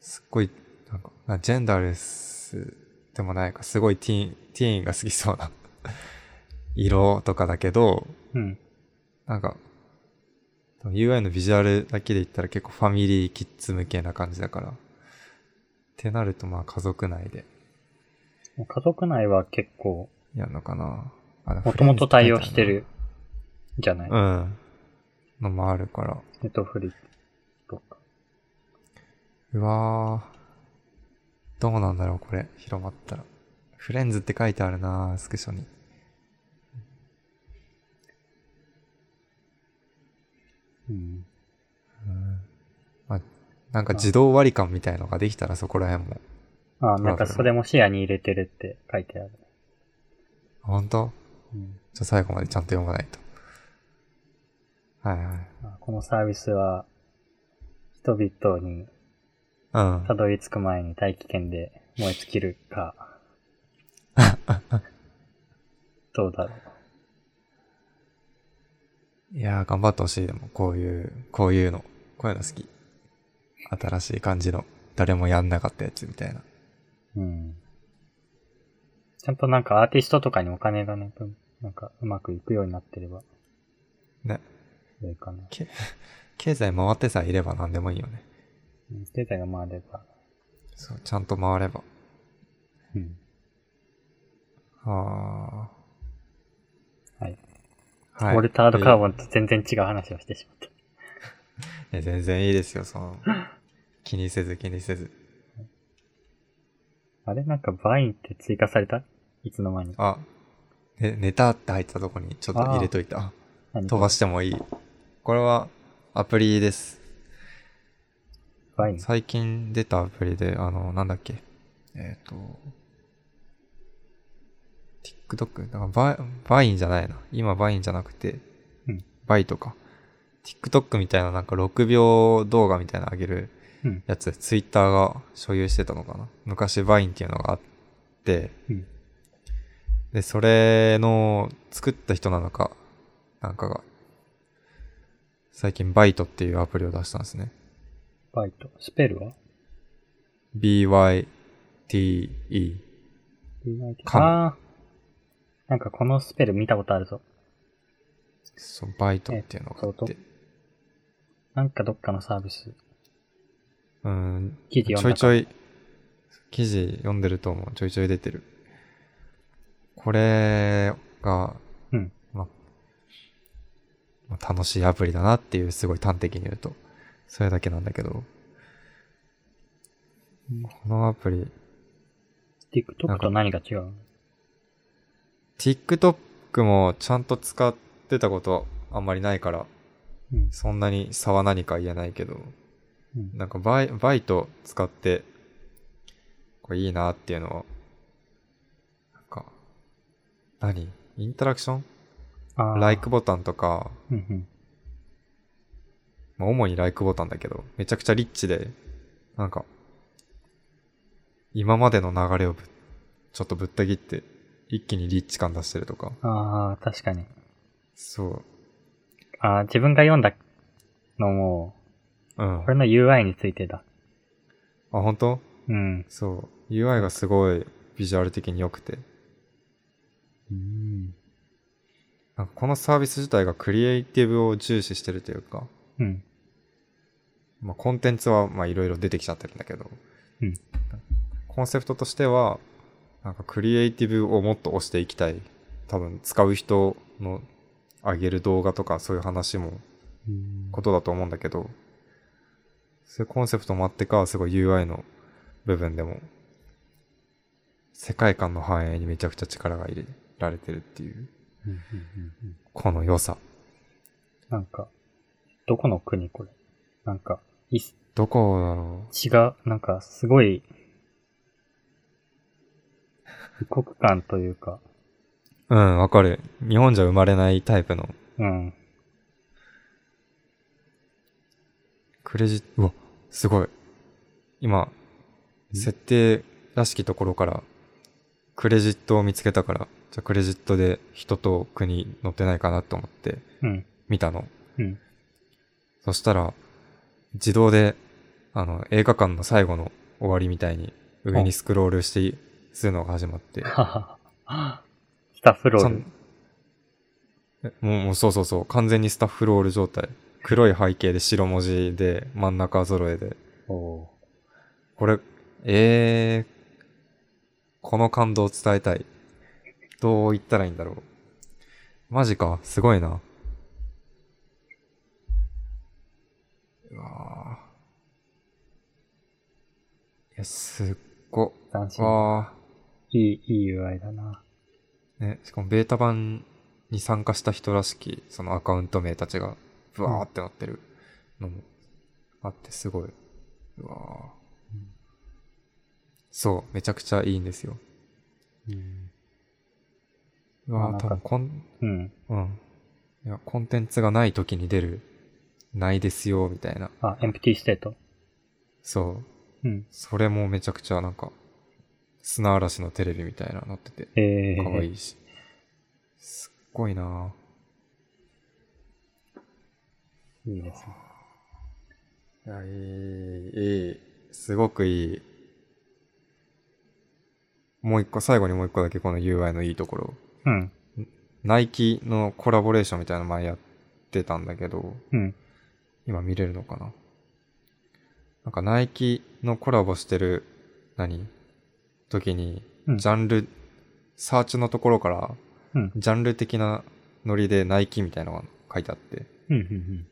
Speaker 1: すっごい、なんか、なジェンダーレスでもないか、すごいティーン、ティーンが好きそうな色とかだけど、
Speaker 2: うん。
Speaker 1: なんか、でも UI のビジュアルだけで言ったら結構ファミリーキッズ向けな感じだから。ってなるとまあ家族内で
Speaker 2: 家族内は結構、
Speaker 1: やるのかな。あ
Speaker 2: もともと対応して。るじゃない、
Speaker 1: でもフレンズみたいなうん。のもあるから。
Speaker 2: ネットフリックスとか。
Speaker 1: うわー。どうなんだろうこれ、広まったら。フレンズって書いてあるなスクショに。
Speaker 2: うん。
Speaker 1: まあ、なんか自動割り勘みたいのができたらそこら辺も。
Speaker 2: あ、なんかそれも視野に入れてるって書いてある。
Speaker 1: あほんと
Speaker 2: うん
Speaker 1: じゃあ最後までちゃんと読まないと。はいはい。
Speaker 2: まあこのサービスは、人々に
Speaker 1: うん。
Speaker 2: たどり着く前に大気圏で燃え尽きる か。どうだろ
Speaker 1: いやー、頑張ってほしい。でも、こういう、こういうの。こういうの好き。新しい感じの、誰もやんなかったやつみたいな。
Speaker 2: う。うん。ちゃんとなんかアーティストとかにお金がね、ぶなんかうまくいくようになってれば、
Speaker 1: ね。
Speaker 2: いいかな。
Speaker 1: け経済回ってさえいれば何でもいいよね。
Speaker 2: うん経済が回れば。
Speaker 1: そう、ちゃんと回れば。
Speaker 2: うん。
Speaker 1: あ
Speaker 2: はい。
Speaker 1: ー。はい。
Speaker 2: オルタードカー
Speaker 1: ボ
Speaker 2: ボンと全然違う話をしてしまった。
Speaker 1: いや、全然いいですよ、その。気にせず気にせず。
Speaker 2: あれなんかバインって追加されたいつの間に。
Speaker 1: あ、ね、ネタって入ったとこにちょっと入れといた。
Speaker 2: 何
Speaker 1: 飛ばしてもいい。これは、アプリです。
Speaker 2: バイン
Speaker 1: 最近出たアプリで、あの、なんだっけ。えっ、と、TikTok? だからバイバインじゃないな。今バインじゃなくて、
Speaker 2: うん
Speaker 1: バイとか。TikTok みたいななんか6秒動画みたいなの上げる
Speaker 2: うん。
Speaker 1: やつ、Twitter が所有してたのかな。昔バインっていうのがあって、
Speaker 2: うん。
Speaker 1: で、それの作った人なのか、なんかが、最近バイトっていうアプリを出したんですね。
Speaker 2: バイト。スペルは
Speaker 1: byte カム
Speaker 2: ああ。なんかこのスペル見たことあるぞ。
Speaker 1: そうバイトっていうのがあっ
Speaker 2: え
Speaker 1: て
Speaker 2: っ、なんかどっかのサービス。
Speaker 1: うん、
Speaker 2: 記事
Speaker 1: ちょ
Speaker 2: 読ん
Speaker 1: い
Speaker 2: だ
Speaker 1: ちょい記事読んでると思うちょいちょい出てるこれが、
Speaker 2: うん
Speaker 1: まま楽しいアプリだなっていうすごい端的に言うとそれだけなんだけどこのアプリなん
Speaker 2: TikTok
Speaker 1: か
Speaker 2: と何が違う
Speaker 1: TikTok もちゃんと使ってたことあんまりないから
Speaker 2: うん。
Speaker 1: そんなに差は何か言えないけど
Speaker 2: うん
Speaker 1: なんかバイバイト使って、これいいなっていうのは、なんか、何インタラクション
Speaker 2: ああ。
Speaker 1: ライクボタンとか、
Speaker 2: うんうん。
Speaker 1: まあ、主にライクボタンだけど、めちゃくちゃリッチで、なんか、今までの流れをぶちょっとぶった切って、一気にリッチ感出してるとか。
Speaker 2: ああ、確かに。
Speaker 1: そう。
Speaker 2: ああ、自分が読んだのも、
Speaker 1: うん。
Speaker 2: こ
Speaker 1: あ、
Speaker 2: れの UI についてだ。
Speaker 1: 本当？
Speaker 2: うん。
Speaker 1: そう。UI がすごいビジュアル的に良くて。
Speaker 2: うん。
Speaker 1: なんかこのサービス自体がクリエイティブを重視してるというか、
Speaker 2: うん。
Speaker 1: まあ、コンテンツはまあいろいろ出てきちゃってるんだけど、
Speaker 2: うん
Speaker 1: コンセプトとしてはなんかクリエイティブをもっと推していきたい多分使う人の上げる動画とかそういう話もことだと思うんだけどそういうコンセプトもあってかすごい UI の部分でも世界観の反映にめちゃくちゃ力が入れられてるっていう
Speaker 2: うんうんうんうん
Speaker 1: この良さ
Speaker 2: なんか、どこの国これなんか、い違
Speaker 1: どこだろ
Speaker 2: う、なんかすごい、異国感というか、
Speaker 1: ううんわかる日本じゃ生まれないタイプの
Speaker 2: うん。
Speaker 1: クレジット、うわ、すごい。今、
Speaker 2: ん
Speaker 1: 設定らしきところから、クレジットを見つけたから、じゃあクレジットで人と国載ってないかなと思って
Speaker 2: うん。
Speaker 1: 見たの。
Speaker 2: うん。
Speaker 1: そしたら、自動で、あの、映画館の最後の終わりみたいに、上にスクロールして、するのが始まって。
Speaker 2: ははは。スタッフロ
Speaker 1: ち
Speaker 2: ー
Speaker 1: ゃ
Speaker 2: ル
Speaker 1: ん。えもうもうそうそうそう、完全にスタッフロール状態。黒い背景で白文字で、真ん中揃えで、
Speaker 2: おー
Speaker 1: これ、えー、この感動を伝えたい。どう言ったらいいんだろう。マジか、すごいな。うわーいや、すっご、
Speaker 2: 斬新。
Speaker 1: わ
Speaker 2: いい、いい UI だな。
Speaker 1: ーね、しかもベータ版に参加した人らしき、そのアカウント名たちが、ブワーってなってるのもあって、すごい。うわー
Speaker 2: うん
Speaker 1: そう、めちゃくちゃいいんですよ。
Speaker 2: うん。
Speaker 1: うわあ、
Speaker 2: まあ
Speaker 1: 多
Speaker 2: なんか
Speaker 1: 分こん、
Speaker 2: うん。
Speaker 1: うん。いや、コンテンツがない時に出る、ないですよ、みたいな。
Speaker 2: あ、エンプティステート。
Speaker 1: そう。
Speaker 2: うん。
Speaker 1: それもめちゃくちゃなんか、砂嵐のテレビみたいななってて、
Speaker 2: ええ
Speaker 1: 可愛
Speaker 2: い。
Speaker 1: いし。すっごいなぁ
Speaker 2: いいですね。
Speaker 1: いや、いい、いい、すごくいい。もう一個、最後にもう一個だけこの UI のいいところ。
Speaker 2: うん。
Speaker 1: ナイキのコラボレーションみたいなの前やってたんだけど、
Speaker 2: うん。
Speaker 1: 今見れるのかななんかナイキのコラボしてる何時に、
Speaker 2: うん
Speaker 1: ジャンル、サーチのところから、
Speaker 2: うん。
Speaker 1: ジャンル的なノリでナイキみたいなのが書いてあって、
Speaker 2: うん。うん。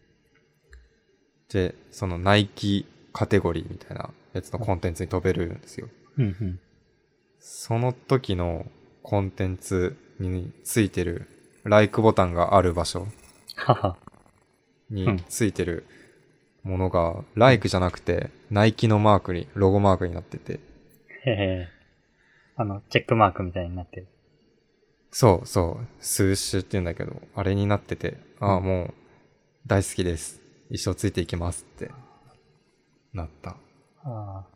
Speaker 1: で、そのナイキカテゴリーみたいなやつのコンテンツに飛べるんですよ。
Speaker 2: うん。うん。
Speaker 1: その時のコンテンツについてる、like ボタンがある場所
Speaker 2: はは。うん
Speaker 1: についてるものが、like じゃなくて、ナイキのマークに、ロゴマークになってて、
Speaker 2: へへ。あの、チェックマークみたいになってる。
Speaker 1: そうそう、スーシュって言うんだけど、あれになってて、あ
Speaker 2: う
Speaker 1: あ、
Speaker 2: ん
Speaker 1: もう、大好きです。一生ついていきますって、なった。
Speaker 2: あ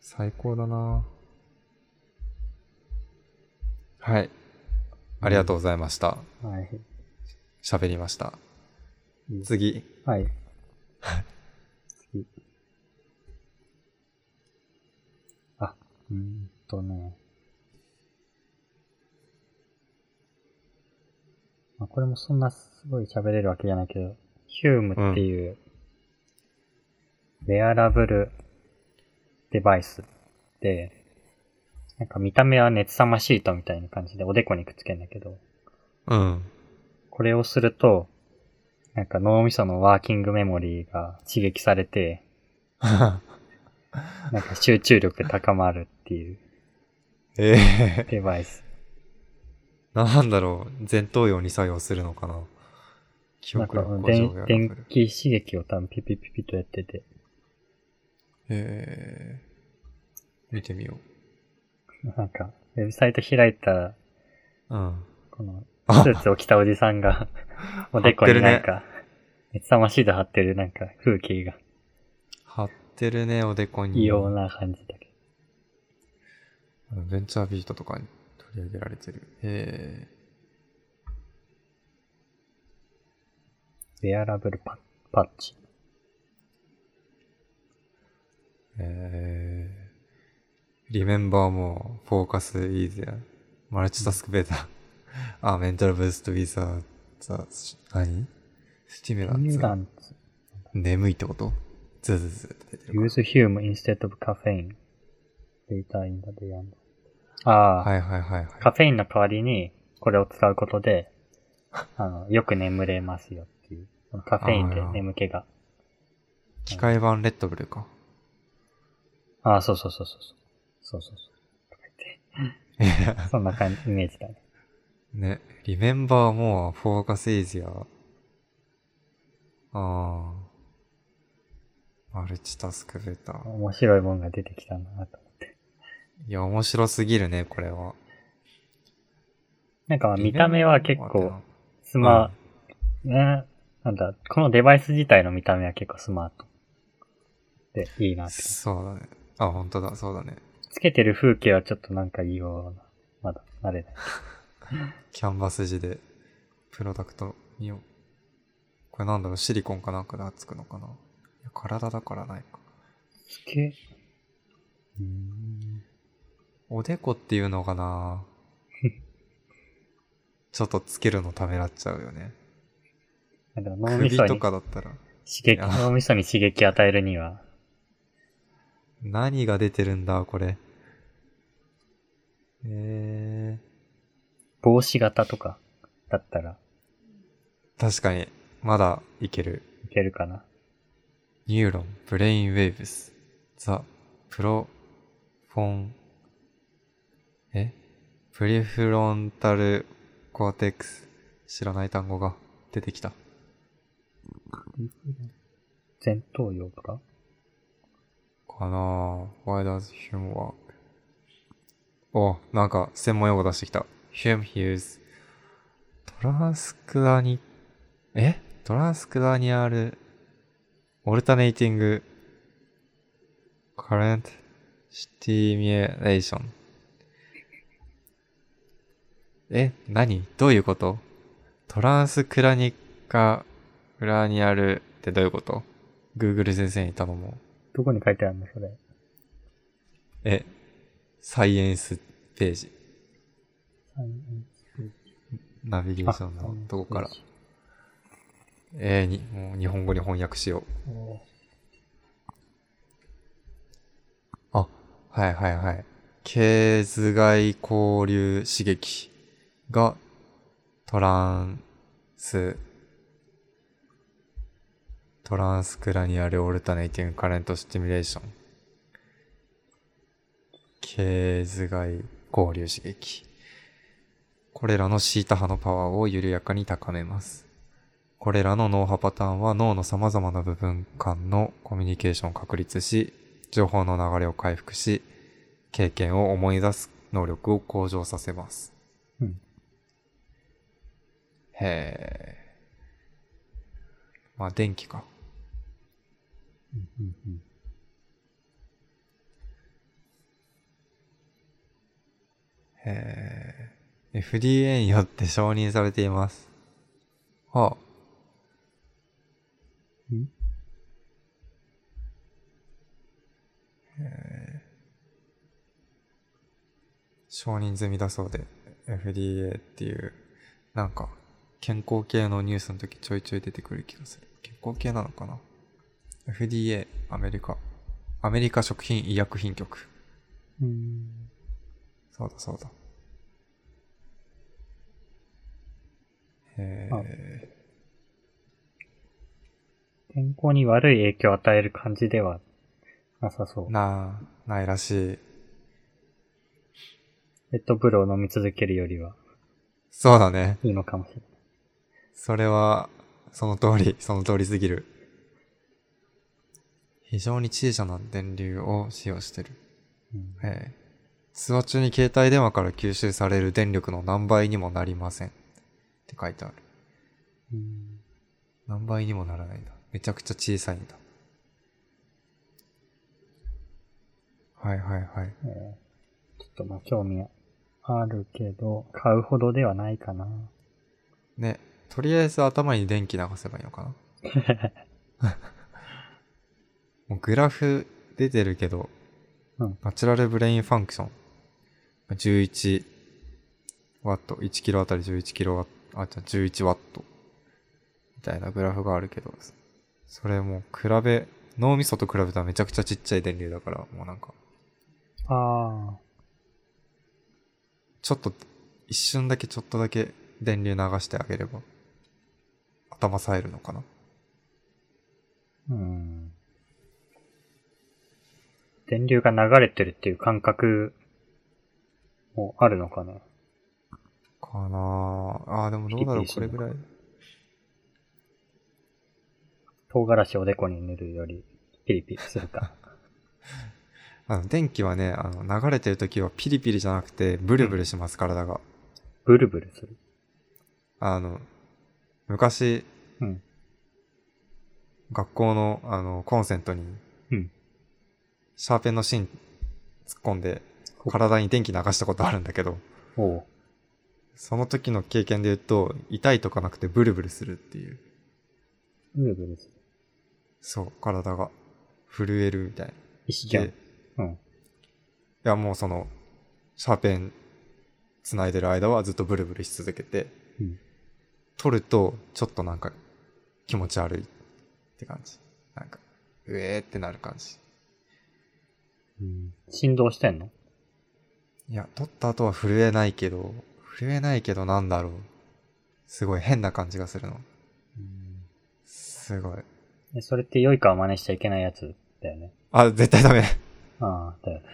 Speaker 1: 最高だなはい。ありがとうございました。
Speaker 2: あ。はい。
Speaker 1: 喋りました。
Speaker 2: いい
Speaker 1: 次。
Speaker 2: はい。次。あ、うーんとね。まあ、これもそんなすごい喋れるわけじゃないけど、ヒュームっていう、ウェアラブルデバイスで、なんか見た目は熱さまシートみたいな感じでおでこにくっつけるんだけど、
Speaker 1: うん。
Speaker 2: これをすると、なんか脳みそのワーキングメモリーが刺激されて、なんか集中力高まるっていう
Speaker 1: ええ
Speaker 2: デバイス。
Speaker 1: なんだろう。前頭葉に作用するのかな。記
Speaker 2: なん
Speaker 1: 憶
Speaker 2: か
Speaker 1: 力向上
Speaker 2: 電
Speaker 1: やら
Speaker 2: 電気刺激を多分ピピピピとやってて、
Speaker 1: ええ見てみよ
Speaker 2: なんかウェブサイト開いた
Speaker 1: う。うん。
Speaker 2: この
Speaker 1: あ
Speaker 2: スーツを着たおじさん がおでこになんか、熱さまシート貼ってるなんか風景が
Speaker 1: 貼ってるね、おでこに。
Speaker 2: 異様な感じだけど。
Speaker 1: あのベンチャービートとかに取り上げられてる。え
Speaker 2: ウェアラブルパパッチ。
Speaker 1: えええ。Remember more, focus easier. マルチタスクベータ。あ、メンタルブーストウィザーザ、何スティミ
Speaker 2: スミュ
Speaker 1: ュ
Speaker 2: ラ
Speaker 1: ラン
Speaker 2: ンツ。
Speaker 1: ツ。眠いってことズズズって出てる
Speaker 2: Use Hume instead of caffeine. Later in the day. and- ああ、
Speaker 1: はいはいはいはい。
Speaker 2: カフェインの代わりにこれを使うこ とで、あの、よく眠れますよっていう。このカフェインで眠気が。
Speaker 1: 機械版レッドブルか。
Speaker 2: ああ、そうそうそうそう。そうそうそう。とか言ってそんな感じ、イメージだね。
Speaker 1: ね、リメンバーもフォーカスイズや。あー。マルチタスクベータ。
Speaker 2: 面白いもんが出てきたなと思って。
Speaker 1: いや、面白すぎるね、これは。
Speaker 2: なんかまあ見た目は結
Speaker 1: リメンバー
Speaker 2: 構
Speaker 1: って、
Speaker 2: スマ、ね、なんだ、このデバイス自体の見た目は結構スマート。で、いいな
Speaker 1: な。
Speaker 2: って。
Speaker 1: そうだね。あ、本当だ、そうだね。
Speaker 2: つけてる風景はちょっとなんかいいような。まだ、慣れない。
Speaker 1: キャンバス地で、プロダクト見よう。これなんだろう、シリコンかなんかでつくのかないや体だからないか。
Speaker 2: つけ、うーん。
Speaker 1: おでこっていうのかな ちょっとつけるのためらっちゃうよね。
Speaker 2: なんか脳
Speaker 1: 首
Speaker 2: みそ
Speaker 1: と
Speaker 2: に刺
Speaker 1: かだったら、
Speaker 2: 激、
Speaker 1: いや
Speaker 2: 脳みそに刺激与えるには、
Speaker 1: 何が出てるんだ、これ。え
Speaker 2: 帽子型とかだったら
Speaker 1: ー、確かに、まだいける。
Speaker 2: いけるかな。
Speaker 1: ニューロン、ブレインウェイブス、ザ、プロ、フォン、えプリフロンタルコアテックス。知らない単語が出てきた。
Speaker 2: 前頭葉とか
Speaker 1: かなぁ。Why does Hume work? お、なんか専門用語出してきた。Hume Hughes。トランスクダニ、えトランスクダニアル、オルタネイティング、カレント、シティミュレーション。え何どういうことトランスクラニカ、グラニアルってどういうこと ?Google 先生に頼もう。
Speaker 2: どこに書いてあるのそれ。
Speaker 1: え、サイエンスページ。ナビゲーションのとこから。えー、に、もう日本語に翻訳しよう。
Speaker 2: お
Speaker 1: あ、はいはいはい。経頭蓋交流刺激がトランス、トランスクラニアルオルタネイティングカレントシチュミュレーション。経頭蓋交流刺激。これらのシータ波のパワーを緩やかに高めます。これらの脳波パターンは脳の様々な部分間のコミュニケーションを確立し、情報の流れを回復し、経験を思い出す能力を向上させます。
Speaker 2: うん
Speaker 1: へえ。まあ、電気か。
Speaker 2: うんうんうん
Speaker 1: へえ。FDA によって承認されています。はあ。
Speaker 2: ん
Speaker 1: 承認済みだそうで FDA っていうなんか健康系のニュースの時ちょいちょい出てくる気がする健康系なのかな FDA アメリカアメリカ食品医薬品局
Speaker 2: うーん。
Speaker 1: そうだそうだへ
Speaker 2: あ
Speaker 1: え
Speaker 2: 健康に悪い影響を与える感じではなさそう。
Speaker 1: なあないらしい
Speaker 2: レッドブルを飲み続けるよりは
Speaker 1: そうだね
Speaker 2: いいのかもしれない。
Speaker 1: それは、その通り、 その通りすぎる。非常に小さな電流を使用してる。
Speaker 2: うん
Speaker 1: ええ。通話中に携帯電話から吸収される電力の何倍にもなりません。って書いてある。
Speaker 2: うん
Speaker 1: 何倍にもならないんだ。めちゃくちゃ小さいんだ。はいはいはい。
Speaker 2: えーちょっとまあ興味あるけど、買うほどではないかな。
Speaker 1: ね、とりあえず頭に電気流せばいいのかな もうグラフ出てるけど、
Speaker 2: うん
Speaker 1: ナチュラルブレインファンクション。11、ワット、1キロあたり11キロワット、あ、じゃあ11ワット、みたいなグラフがあるけど、それも比べ、脳みそと比べたらめちゃくちゃちっちゃい電流だから、もうなんか、
Speaker 2: ああ、
Speaker 1: ちょっと、一瞬だけちょっとだけ電流流してあげれば、頭冴えるのかな。
Speaker 2: うん。電流が流れてるっていう感覚もあるのかね。
Speaker 1: かなああー、でもどうだろう、こ
Speaker 2: ピリピリす
Speaker 1: れ
Speaker 2: るのか
Speaker 1: ぐらい。
Speaker 2: 唐辛子をおでこに塗るよりピリピリする か。
Speaker 1: あの、電気はね、あの、流れてる時はピリピリじゃなくて、ブルブルします、体が。
Speaker 2: ブルブルする。
Speaker 1: あの、昔、
Speaker 2: うん
Speaker 1: 学校の、あの、コンセントに、
Speaker 2: うん
Speaker 1: シャーペンの芯突っ込んで、
Speaker 2: ほ
Speaker 1: 体に電気流したことあるんだけど、
Speaker 2: おう。
Speaker 1: その時の経験で言うと、痛いとかなくてブルブルするっていう、
Speaker 2: ブルブルする。
Speaker 1: そう、体が震えるみたいな。
Speaker 2: 石じゃん。
Speaker 1: で、い
Speaker 2: うん。
Speaker 1: やもうその、シャーペン繋いでる間はずっとブルブルし続けて、
Speaker 2: うん
Speaker 1: 取ると、ちょっとなんか、気持ち悪いって感じ。なんか、うえーってなる感じ。
Speaker 2: うん。振動してんの
Speaker 1: いや、取った後は震えないけど、震えないけどなんだろう。すごい変な感じがするの。すごい。
Speaker 2: えそれって良いかは真似しちゃいけないやつだよね。
Speaker 1: あ、絶対ダメ。
Speaker 2: ああ、だよね。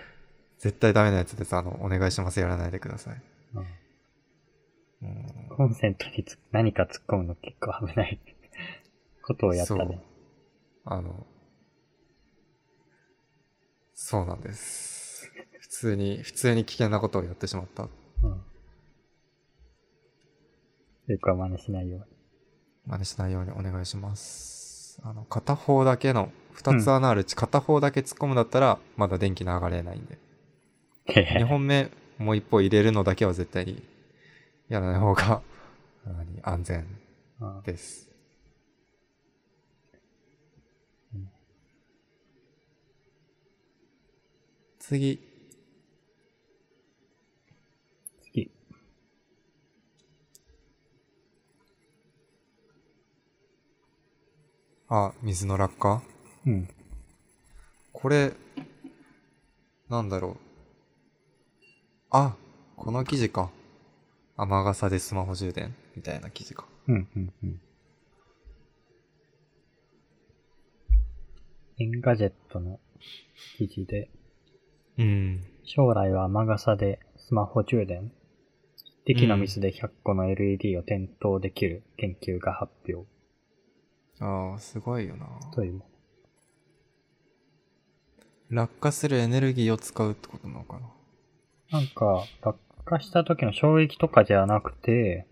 Speaker 1: 絶対ダメなやつです。あの、お願いします。やらないでください。
Speaker 2: うん
Speaker 1: うん
Speaker 2: コンセントにつ何か突っ込むの結構危ない ことをやったね。
Speaker 1: あの、そうなんです。普通に、普通に危険なことをやってしまった。
Speaker 2: うん。よくは真似しないように。
Speaker 1: 真似しないようにお願いします。あの、片方だけの、二つ穴あるうち片方だけ突っ込むんだったら、まだ電気流れないんで。
Speaker 2: へ
Speaker 1: 二
Speaker 2: へ。
Speaker 1: 本目、もう一歩入れるのだけは絶対にやらない方が、何安全
Speaker 2: うん
Speaker 1: です。
Speaker 2: うん
Speaker 1: 次、
Speaker 2: 次。
Speaker 1: あ、水の落下
Speaker 2: うん。
Speaker 1: これ、なんだろう。あ、この記事か。雨傘でスマホ充電みたいな記事か。
Speaker 2: うん、うん、うん。エンガジェットの記事で、
Speaker 1: うん。
Speaker 2: 将来は雨傘でスマホ充電一滴の水で100個の LED を点灯できる研究が発表
Speaker 1: ああ、すごいよな。
Speaker 2: というも
Speaker 1: 落下するエネルギーを使うってことなのか
Speaker 2: の。なんか、落下した時の衝撃とかじゃなくて、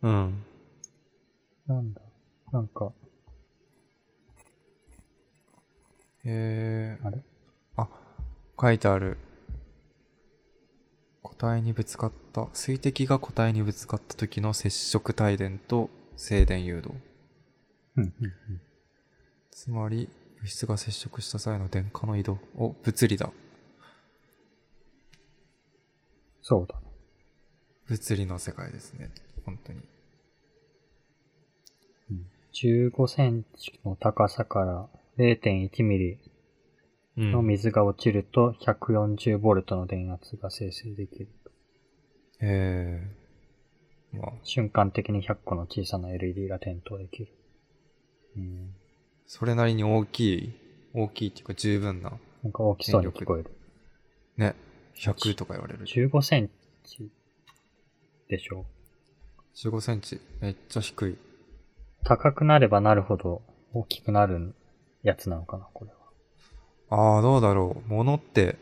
Speaker 1: な。うん。
Speaker 2: なんだ、なんか、
Speaker 1: へえ。
Speaker 2: あれ
Speaker 1: あ、書いてある。個体にぶつかった。水滴が個体にぶつかった時の接触帯電と静電誘導。
Speaker 2: うん、うん、
Speaker 1: つまり、物質が接触した際の電荷の移動。お、物理だ。
Speaker 2: そうだね。
Speaker 1: 物理の世界ですね。本当に。
Speaker 2: 15センチの高さから0.1ミリ
Speaker 1: う
Speaker 2: の
Speaker 1: ん。
Speaker 2: 水が落ちると140ボルトの電圧が生成できる。
Speaker 1: へえ。まあ、
Speaker 2: 瞬間的に100個の小さな LED が点灯できる。うん。
Speaker 1: それなりに大きい、大きいっていうか十分な。
Speaker 2: なんか大きそうに聞こえる。
Speaker 1: ね。100とか言われる。
Speaker 2: 15センチでしょ
Speaker 1: 15センチ。めっちゃ低い。
Speaker 2: 高くなればなるほど大きくなるやつなのかな、これは。
Speaker 1: ああ、どうだろう。物って、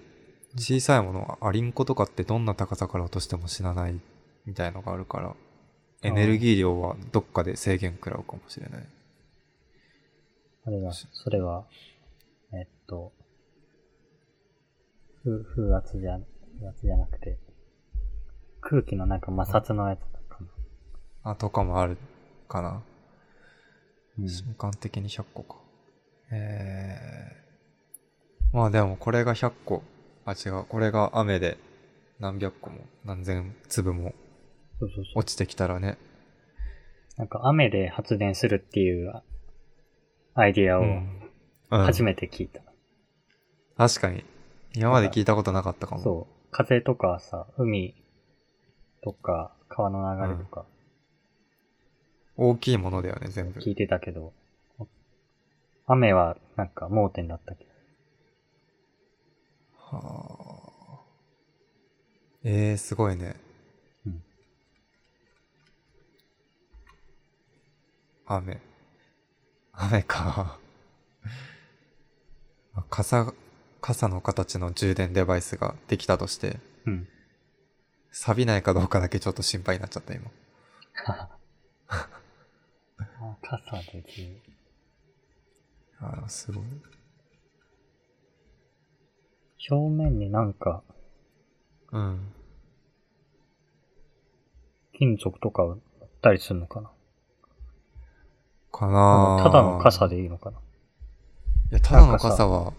Speaker 1: 小さいもの、アリンコとかってどんな高さから落としても死なないみたいのがあるから、エネルギー量はどっかで制限食らうかもしれない。
Speaker 2: あれは、それは、えっと、風風圧じゃ、風圧じゃなくて、空気のなんか摩擦のやつだかな。
Speaker 1: あ、とかもあるかな。
Speaker 2: うん。
Speaker 1: 瞬間的に100個か。えー。まあでもこれが100個。あ、違う。これが雨で何百個も何千粒も
Speaker 2: そうそうそう。
Speaker 1: 落ちてきたらね。
Speaker 2: なんか雨で発電するっていうアイディアを
Speaker 1: うんうん
Speaker 2: 初めて聞いた。
Speaker 1: 確かに。今まで聞いたことなかったかも。
Speaker 2: そう。風とかさ、海とか川の流れとか
Speaker 1: 大きいものだよね、全部。
Speaker 2: 聞いてたけど、雨はなんか盲点だったけど。
Speaker 1: はあ。ええー、すごいね。
Speaker 2: うん
Speaker 1: 雨。雨か。 まあ傘、傘の形の充電デバイスができたとして、
Speaker 2: うん。
Speaker 1: 錆びないかどうかだけちょっと心配になっちゃった、今。
Speaker 2: あ傘できる。
Speaker 1: ああ、すごい。
Speaker 2: 表面になんか
Speaker 1: うん。
Speaker 2: 金属とかを塗ったりするのかな
Speaker 1: かなあ
Speaker 2: ただの傘でいいのかない
Speaker 1: や、ただの傘は、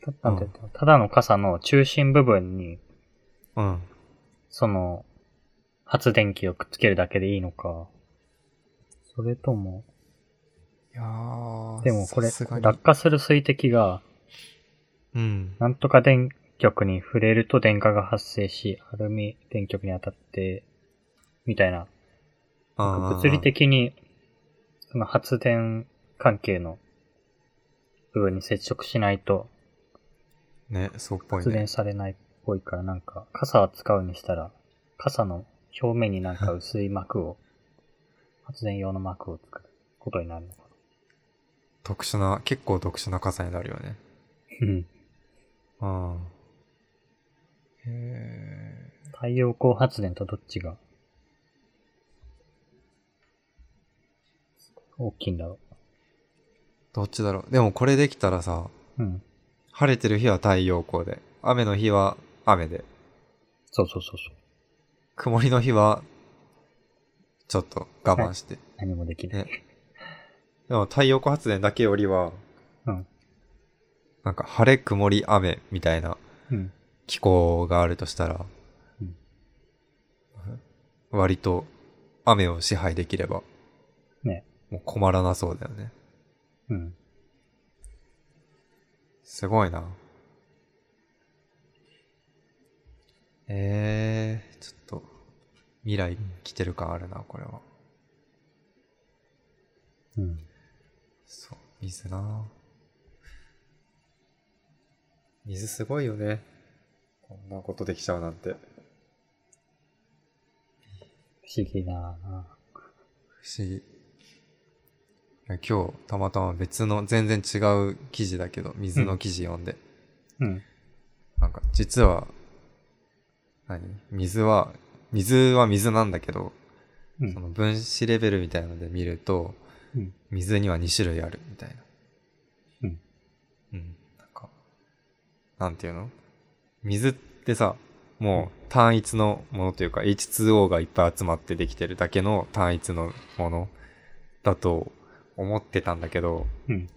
Speaker 2: たなんて言ったのただの傘の中心部分に、
Speaker 1: うん。
Speaker 2: その、発電機をくっつけるだけでいいのか。それとも、
Speaker 1: いやー
Speaker 2: でもこれ
Speaker 1: さすが、に
Speaker 2: 落下する水滴が、
Speaker 1: うん。
Speaker 2: なんとか電極に触れると電荷が発生し、アルミ電極に当たって、みたいな、
Speaker 1: あー
Speaker 2: 物理的に、その発電関係の部分に接触しないと
Speaker 1: ね、そうっぽい
Speaker 2: 発
Speaker 1: ね
Speaker 2: 電。されないっぽいから、なんか、傘を使うにしたら、傘の表面になんか薄い膜を、発電用の膜を作ることになるのか
Speaker 1: 特殊な、結構特殊な傘になるよね。
Speaker 2: な。うん。
Speaker 1: うん。へ
Speaker 2: 太陽光発電とどっちが、大きいんだろ
Speaker 1: ーどっちだろう。でもこれできたらさ、
Speaker 2: う。うん。
Speaker 1: 晴れてる日は太陽光で、雨の日は雨で、
Speaker 2: そうそうそうそう。
Speaker 1: 曇りの日は、ちょっと我慢して。
Speaker 2: 何もできない。
Speaker 1: ね。でも太陽光発電だけよりは、
Speaker 2: うん。
Speaker 1: なんか晴れ、曇り、雨みたいな
Speaker 2: うん。
Speaker 1: 気候があるとしたら、
Speaker 2: うん
Speaker 1: 割と雨を支配できれば、
Speaker 2: ね。
Speaker 1: もう困らなそうだよね。
Speaker 2: うん。
Speaker 1: すごいな。えー、ちょっと、未来来てる感あるな、これは。
Speaker 2: うん。
Speaker 1: そう、水な水すごいよね。こんなことできちゃうなんて。
Speaker 2: 不思議だな
Speaker 1: 不思議。いや今日、たまたま別の、全然違う記事だけど、水の記事読んで。
Speaker 2: うん。
Speaker 1: なんか、実は、何水は、水は水なんだけど、
Speaker 2: う
Speaker 1: そ
Speaker 2: ん。
Speaker 1: の分子レベルみたいので見ると、
Speaker 2: うん
Speaker 1: 水には2種類あるみたいな。
Speaker 2: うん。
Speaker 1: うん。なんか、なんていうの水ってさ、もう単一のものというか H2O がいっぱい集まってできてるだけの単一のものだと思ってたんだけど、
Speaker 2: うん。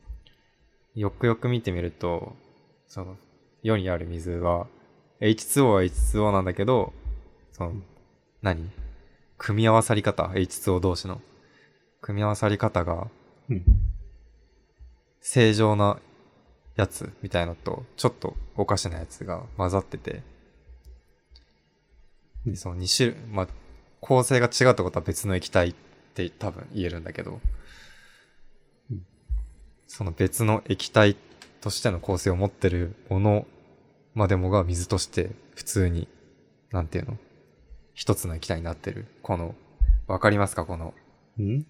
Speaker 1: よくよく見てみると、その、世にある水は、H2O は H2O なんだけど、その、何組み合わさり方 ?H2O 同士の。組み合わさり方が、
Speaker 2: うん。
Speaker 1: 正常なやつみたいのと、ちょっとおかしなやつが混ざってて、で、その2種類、まあ、構成が違うってことは別の液体って多分言えるんだけど
Speaker 2: うん、
Speaker 1: その別の液体としての構成を持ってるものまでもが水として普通に、なんていうの一つの液体になってる。この、わかりますかこの、
Speaker 2: うん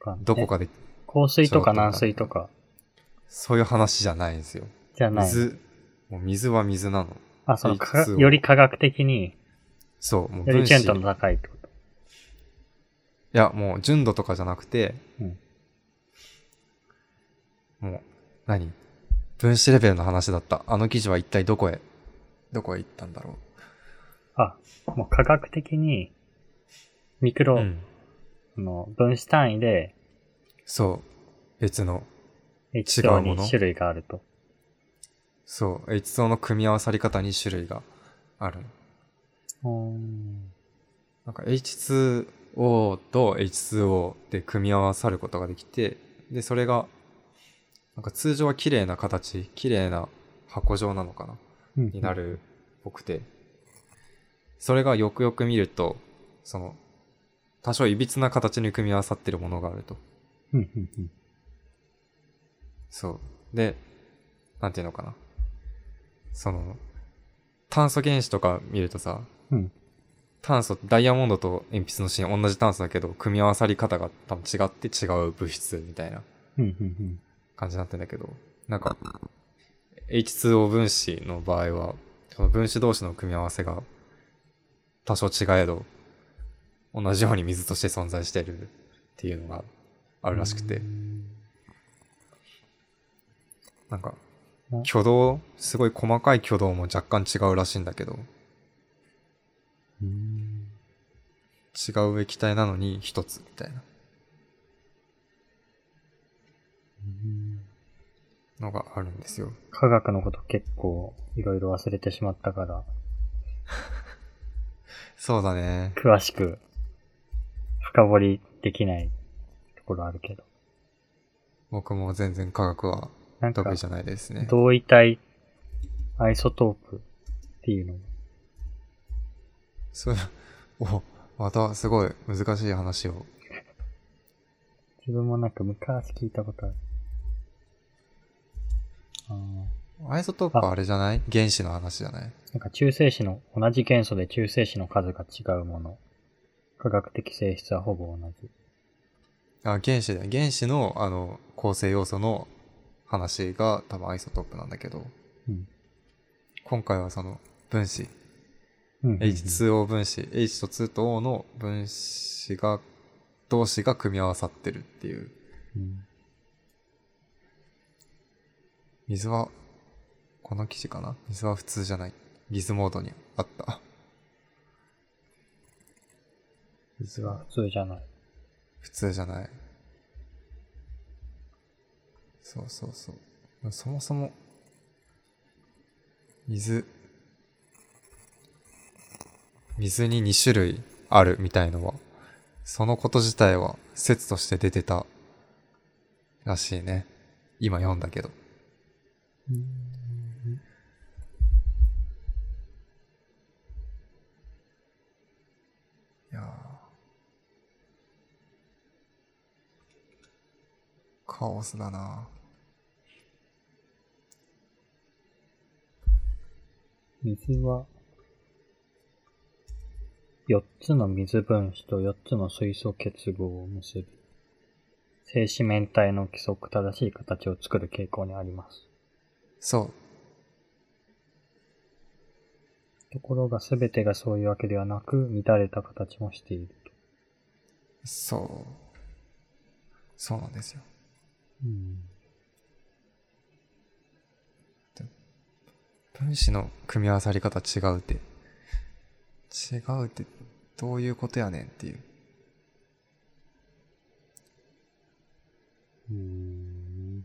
Speaker 2: か
Speaker 1: どこかで、
Speaker 2: 降水とか軟水とか
Speaker 1: そういう話じゃないんですよ。
Speaker 2: じゃない。
Speaker 1: 水、もう水は水なの。
Speaker 2: あ、その
Speaker 1: H2O
Speaker 2: 科学、より科学的に、
Speaker 1: そう、もう
Speaker 2: より
Speaker 1: 分子。
Speaker 2: 純度
Speaker 1: い
Speaker 2: の高いってこと。
Speaker 1: や、もう純度とかじゃなくて、
Speaker 2: うん
Speaker 1: もう、何分子レベルの話だった。あの記事は一体どこへ、どこへ行ったんだろ
Speaker 2: あ、もう科学的に、ミク
Speaker 1: う。
Speaker 2: ロ、
Speaker 1: ん。
Speaker 2: あの分子単位で
Speaker 1: そう。別の、
Speaker 2: H2O
Speaker 1: 違うもの
Speaker 2: に種類があると。
Speaker 1: そう、H2O の組み合わさり方に種類がある。
Speaker 2: うーん。
Speaker 1: なんか H2O と H2O で組み合わさることができて、で、それが、なんか通常は綺麗な形、綺麗な箱状なのかな
Speaker 2: うん
Speaker 1: にな。るっぽくて、それがよくよく見ると、その、多少いびつな形に組み合わさってるものがあると。
Speaker 2: うんうんうん。
Speaker 1: そう。で、なんていうのかな。その、炭素原子とか見るとさ、
Speaker 2: うん
Speaker 1: 炭素、ダイヤモンドと鉛筆の芯同じ炭素だけど、組み合わさり方が多分違って違う物質みたいな
Speaker 2: うんうんうん。
Speaker 1: 感じになってんだけど、なんか、H2O 分子の場合は、その分子同士の組み合わせが多少違えど、同じように水として存在してるっていうのがあ
Speaker 2: あ
Speaker 1: るらしくて、なんか
Speaker 2: うん、
Speaker 1: 挙動、すごい細かい挙動も若干違うらしいんだけど、
Speaker 2: うん。
Speaker 1: 違う液体なのに一つみたいなのがあるんですよ。
Speaker 2: 科学のこと結構いろいろ忘れてしまったから、
Speaker 1: そうだね。
Speaker 2: 詳しく深掘りできないところあるけど。
Speaker 1: 僕も全然科学は
Speaker 2: なんか
Speaker 1: 得意、じゃないですね。
Speaker 2: 同位体、アイソトープっていうの。
Speaker 1: そう、 お、またすごい難しい話を。
Speaker 2: 自分もなんか昔聞いたことある。あー
Speaker 1: アイソトープはあれじゃない原子の話じゃない
Speaker 2: なんか中性子の、同じ元素で中性子の数が違うもの。科学的性質はほぼ同じ。
Speaker 1: あ、原子だよ。原子の、あの、構成要素の話が多分アイソトープなんだけど、
Speaker 2: うん
Speaker 1: 今回はその分子、
Speaker 2: うんうんうん。
Speaker 1: H2O 分子、H と2と O の分子が、同士が組み合わさってるっていう。
Speaker 2: うん
Speaker 1: 水は、この記事かな水は普通じゃない。ギズモードにあった。水は
Speaker 2: 普通じゃない。
Speaker 1: 普通じゃない。そうそうそう。そもそも、水、水に2種類あるみたいのは、そのこと自体は説として出てたらしいね。今読んだけど。いやーカオスだな
Speaker 2: 水は、4つの水分子と4つの水素結合を結び、正四面体の規則正しい形を作る傾向にあります。
Speaker 1: そう。
Speaker 2: ところが全てがそういうわけではなく、乱れた形もしていると。
Speaker 1: そう。そうなんですよ。
Speaker 2: うん。
Speaker 1: 分子の組み合わさり方違うって。違うってどういうことやねんっていう。
Speaker 2: うん。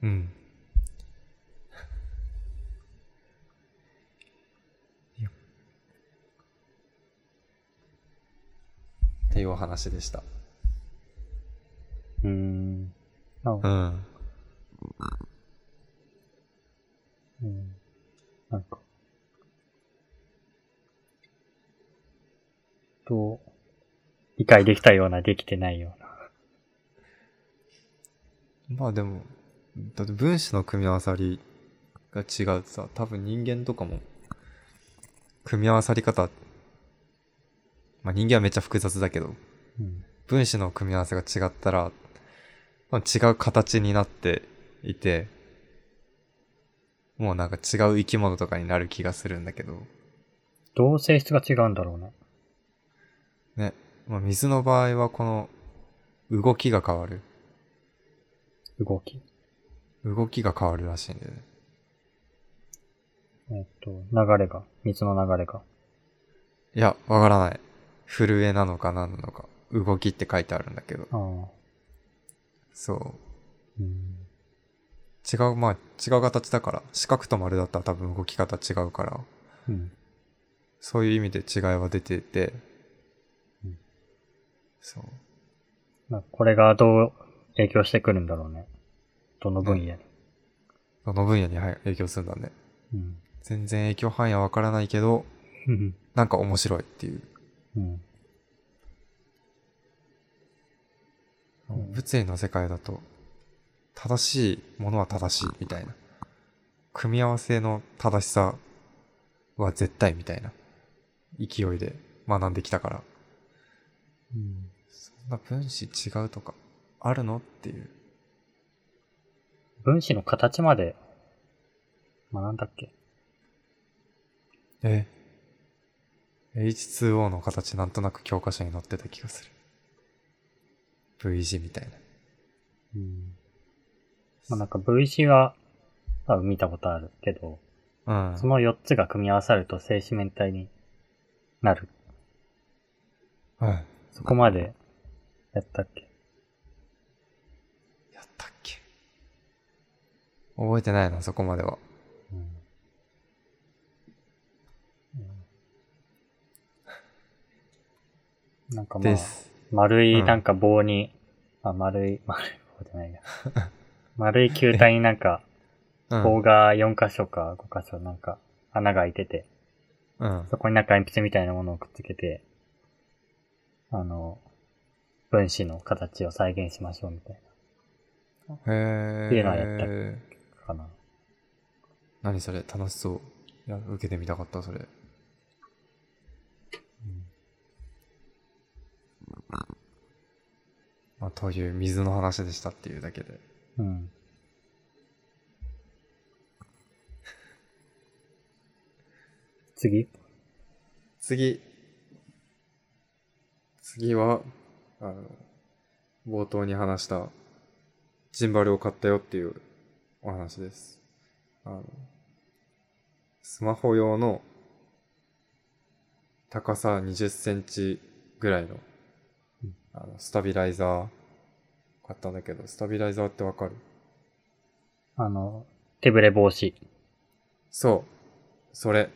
Speaker 1: うん。いやっていうお話でした。
Speaker 2: うん。なお
Speaker 1: ん。
Speaker 2: うん。なんか、と、理解できたような、できてないような。
Speaker 1: まあでも、だって分子の組み合わさりが違うとさ、多分人間とかも、組み合わさり方、まあ人間はめっちゃ複雑だけど、
Speaker 2: うん。
Speaker 1: 分子の組み合わせが違ったら、まあ、違う形になっていて、もうなんか違う生き物とかになる気がするんだけど、
Speaker 2: どう性質が違うんだろうね。
Speaker 1: ね、まあ、水の場合はこの動きが変わる。
Speaker 2: 動き。
Speaker 1: 動きが変わるらしいんだよね。
Speaker 2: えっと、流れが、水の流れが。
Speaker 1: いや、わからない。震えなのか何なのか。動きって書いてあるんだけど。
Speaker 2: ああ。
Speaker 1: そう。
Speaker 2: うん。
Speaker 1: 違う、まあ、違う形だから。四角と丸だったら多分動き方違うから。
Speaker 2: うん。
Speaker 1: そういう意味で違いは出てて、そう。
Speaker 2: まあ、これがどう影響してくるんだろうね。どの分野に。
Speaker 1: どの分野にはい影響するんだね。
Speaker 2: うん。
Speaker 1: 全然影響範囲はわからないけど、
Speaker 2: うん。
Speaker 1: なんか面白いっていう。
Speaker 2: うん。うん
Speaker 1: 物理の世界だと、正しいものは正しいみたいな。組み合わせの正しさは絶対みたいな勢いで学んできたから、
Speaker 2: うん。
Speaker 1: そんな分子違うとかあるのっていう。
Speaker 2: 分子の形まで学んだっけ
Speaker 1: え H2O の形なんとなく教科書に載ってた気がする。V 字みたいな。
Speaker 2: うん。まあ、なんか VC は、多分見たことあるけど、
Speaker 1: うん。
Speaker 2: その4つが組み合わさると正四面体になる。
Speaker 1: うん。
Speaker 2: そこまでやったっけ
Speaker 1: やったっけ覚えてないな、そこまでは。
Speaker 2: うん。うんなんかまあ
Speaker 1: で、す。
Speaker 2: 丸
Speaker 1: う
Speaker 2: い
Speaker 1: ん
Speaker 2: なんか棒に、あ、丸い、 丸い棒じゃないや。丸い球体になんか
Speaker 1: うん。
Speaker 2: 棒が4箇所か5箇所なんか穴が開いてて、
Speaker 1: うん。
Speaker 2: そこになんか鉛筆みたいなものをくっつけて、あの、分子の形を再現しましょうみたい
Speaker 1: へー。
Speaker 2: っていうのはやったな。かな。
Speaker 1: 何それ楽しそう。いや、受けてみたかった、それ。まあ、という水の話でしたっていうだけで。
Speaker 2: うん。 次
Speaker 1: 次。次は、あの、冒頭に話した、ジンバルを買ったよっていうお話です。あの、スマホ用の高さ20センチぐらいの
Speaker 2: うん、
Speaker 1: あの、スタビライザー買ったんだけど、スタビライザーってわかる
Speaker 2: あの、手ぶれ防止。
Speaker 1: そう。それ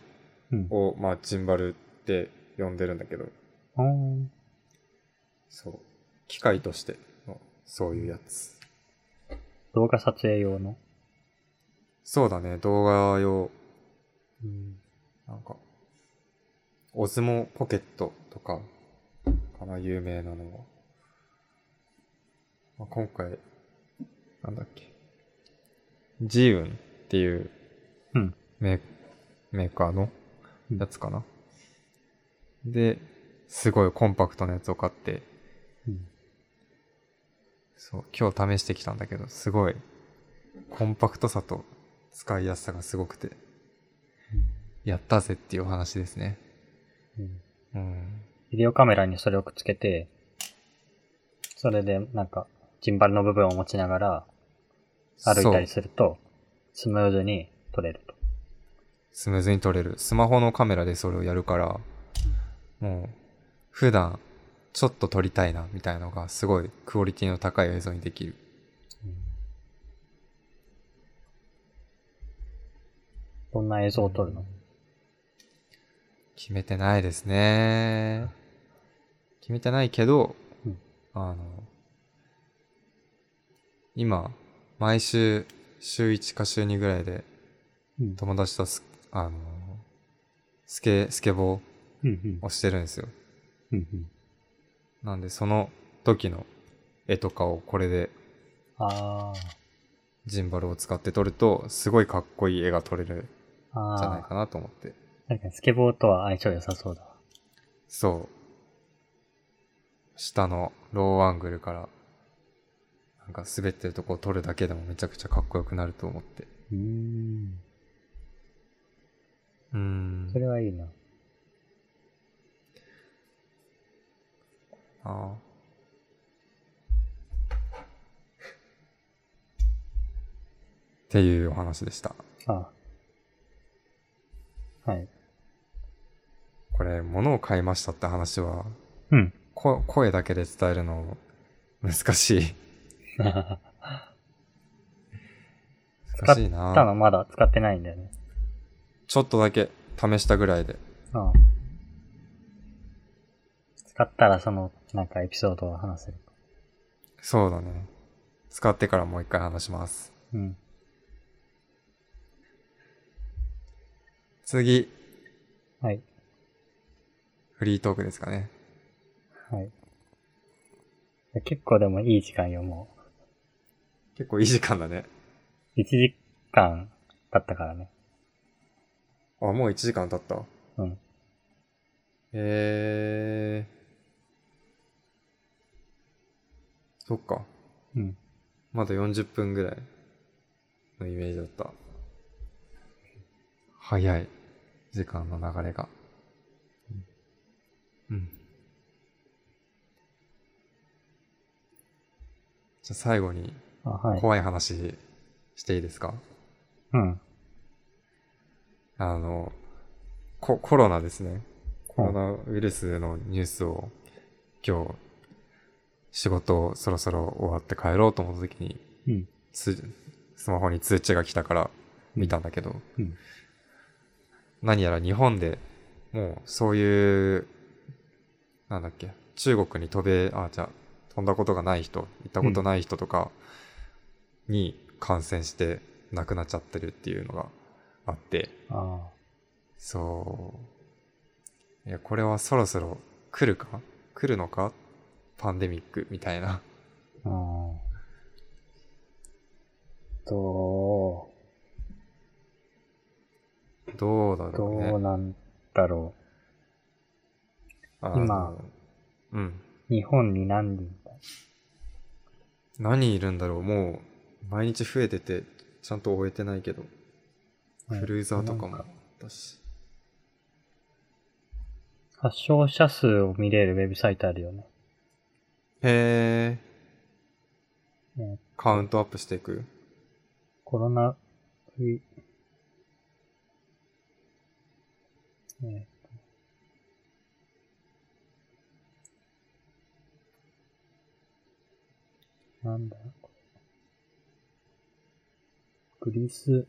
Speaker 2: うん。
Speaker 1: を、まあ、ジンバルって呼んでるんだけど、
Speaker 2: うん
Speaker 1: そう。機械としての、そういうやつ。
Speaker 2: 動画撮影用の。
Speaker 1: そうだね、動画用、
Speaker 2: うん。
Speaker 1: なんか、オズモポケットとか、かな、有名なのは。まあ、今回、なんだっけ。ジーウンっていう
Speaker 2: うん。
Speaker 1: メーメーカーの
Speaker 2: うん
Speaker 1: やつかな。で、すごいコンパクトなやつを買って、
Speaker 2: うん
Speaker 1: そう、今日試してきたんだけど、すごい、コンパクトさと使いやすさがすごくて、やったぜっていうお話ですね。
Speaker 2: うん
Speaker 1: うん。
Speaker 2: ビデオカメラにそれをくっつけて、それでなんか、ジンバルの部分を持ちながら歩いたり
Speaker 1: そう
Speaker 2: すると、スムーズに撮れると。
Speaker 1: スムーズに撮れる。スマホのカメラでそれをやるから、もう、普段、ちょっと撮りたいな、みたいのが、すごいクオリティの高い映像にできる。
Speaker 2: どんな映像を撮るの
Speaker 1: 決めてないですね。決めてないけど、
Speaker 2: うん
Speaker 1: あの、今、毎週、週1か週2ぐらいで、
Speaker 2: うん
Speaker 1: 友達とス、あの、スケ、スケボ
Speaker 2: うん
Speaker 1: ーをしてるんですよ。
Speaker 2: うん。
Speaker 1: なんで、その時の絵とかをこれで
Speaker 2: あ
Speaker 1: ジンバルを使って撮ると、すごいかっこいい絵が撮れるんじ
Speaker 2: あ。あ
Speaker 1: ゃない
Speaker 2: あ。
Speaker 1: かなと思って。
Speaker 2: 確かにスケボーとは相性良さそうだ。
Speaker 1: そう。下のローアングルから、なんか滑ってるとこを撮るだけでもめちゃくちゃかっこよくなると思って。
Speaker 2: うん。
Speaker 1: うーん
Speaker 2: そ。れはいいな。
Speaker 1: ああ。っていうお話でした。
Speaker 2: ああ。 はい。
Speaker 1: これ、物を買いましたって話は、
Speaker 2: うん。
Speaker 1: こ声だけで伝えるの難しい。難しいな
Speaker 2: ただまだ使ってないんだよね。
Speaker 1: ちょっとだけ試したぐらいで。
Speaker 2: ああ。使ったらそのなんかエピソードを話せるか。
Speaker 1: そうだね。使ってからもう一回話します。
Speaker 2: うん。
Speaker 1: 次、
Speaker 2: はい。
Speaker 1: フリートークですかね。
Speaker 2: はい。いや結構でもいい時間よ、も
Speaker 1: 結構いい時間だね。
Speaker 2: う。1時間経ったからね。
Speaker 1: あ、もう1時間経った。
Speaker 2: うん。
Speaker 1: えー。そっか。
Speaker 2: うん。
Speaker 1: まだ40分ぐらいのイメージだった。早い。時間の流れが。うん。うんじゃあ最後に
Speaker 2: あ、はい。
Speaker 1: 怖い話していいですか、
Speaker 2: うん。
Speaker 1: あの、ココロナですね。コロナウイルスのニュースを今日仕事をそろそろ終わって帰ろうと思った時に
Speaker 2: うん。
Speaker 1: つスマホに通知が来たから見たんだけど、
Speaker 2: うん
Speaker 1: 何やら日本でもうそういうなんだっけ中国に飛べあじゃあ飛んだことがない人行ったことない人とかに感染して亡くなっちゃってるっていうのがあって
Speaker 2: あ
Speaker 1: そういやこれはそろそろ来るか来るのかパンデミックみたいな
Speaker 2: あ。ああ。ど
Speaker 1: どうだ
Speaker 2: う、ど
Speaker 1: ろうね
Speaker 2: うなんだろ
Speaker 1: あの
Speaker 2: 今
Speaker 1: うん
Speaker 2: う。日本に何人だ
Speaker 1: 何いるんだろうもう毎日増えててちゃんと終えてないけどクルーザーとかも
Speaker 2: な
Speaker 1: あっ
Speaker 2: ん
Speaker 1: たし
Speaker 2: 発症者数を見れるウェブサイトあるよね。
Speaker 1: へえ
Speaker 2: えー
Speaker 1: カウントアップしていく
Speaker 2: コロナウイ、えーっとなんだこれ。グリス、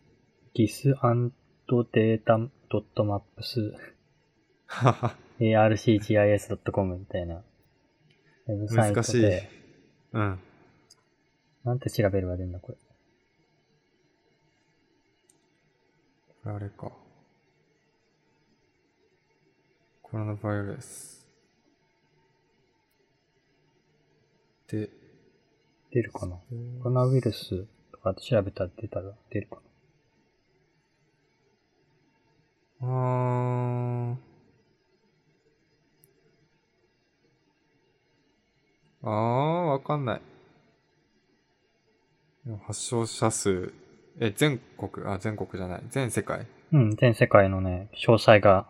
Speaker 2: ギスアンドデータドットマップス、
Speaker 1: はは
Speaker 2: arcgis.com みたいな。ウェブサイト
Speaker 1: 難しい
Speaker 2: で、
Speaker 1: うん
Speaker 2: なんて調べれば出るんだ、これ。
Speaker 1: これあれかコロナバイルスで
Speaker 2: 出るかなコロナウイルスとか調べたら出たら出るかな
Speaker 1: うーん。ああ、わかんない。でも発症者数、え、全国、あ、全国じゃない、全世界。
Speaker 2: うん、全世界のね、詳細が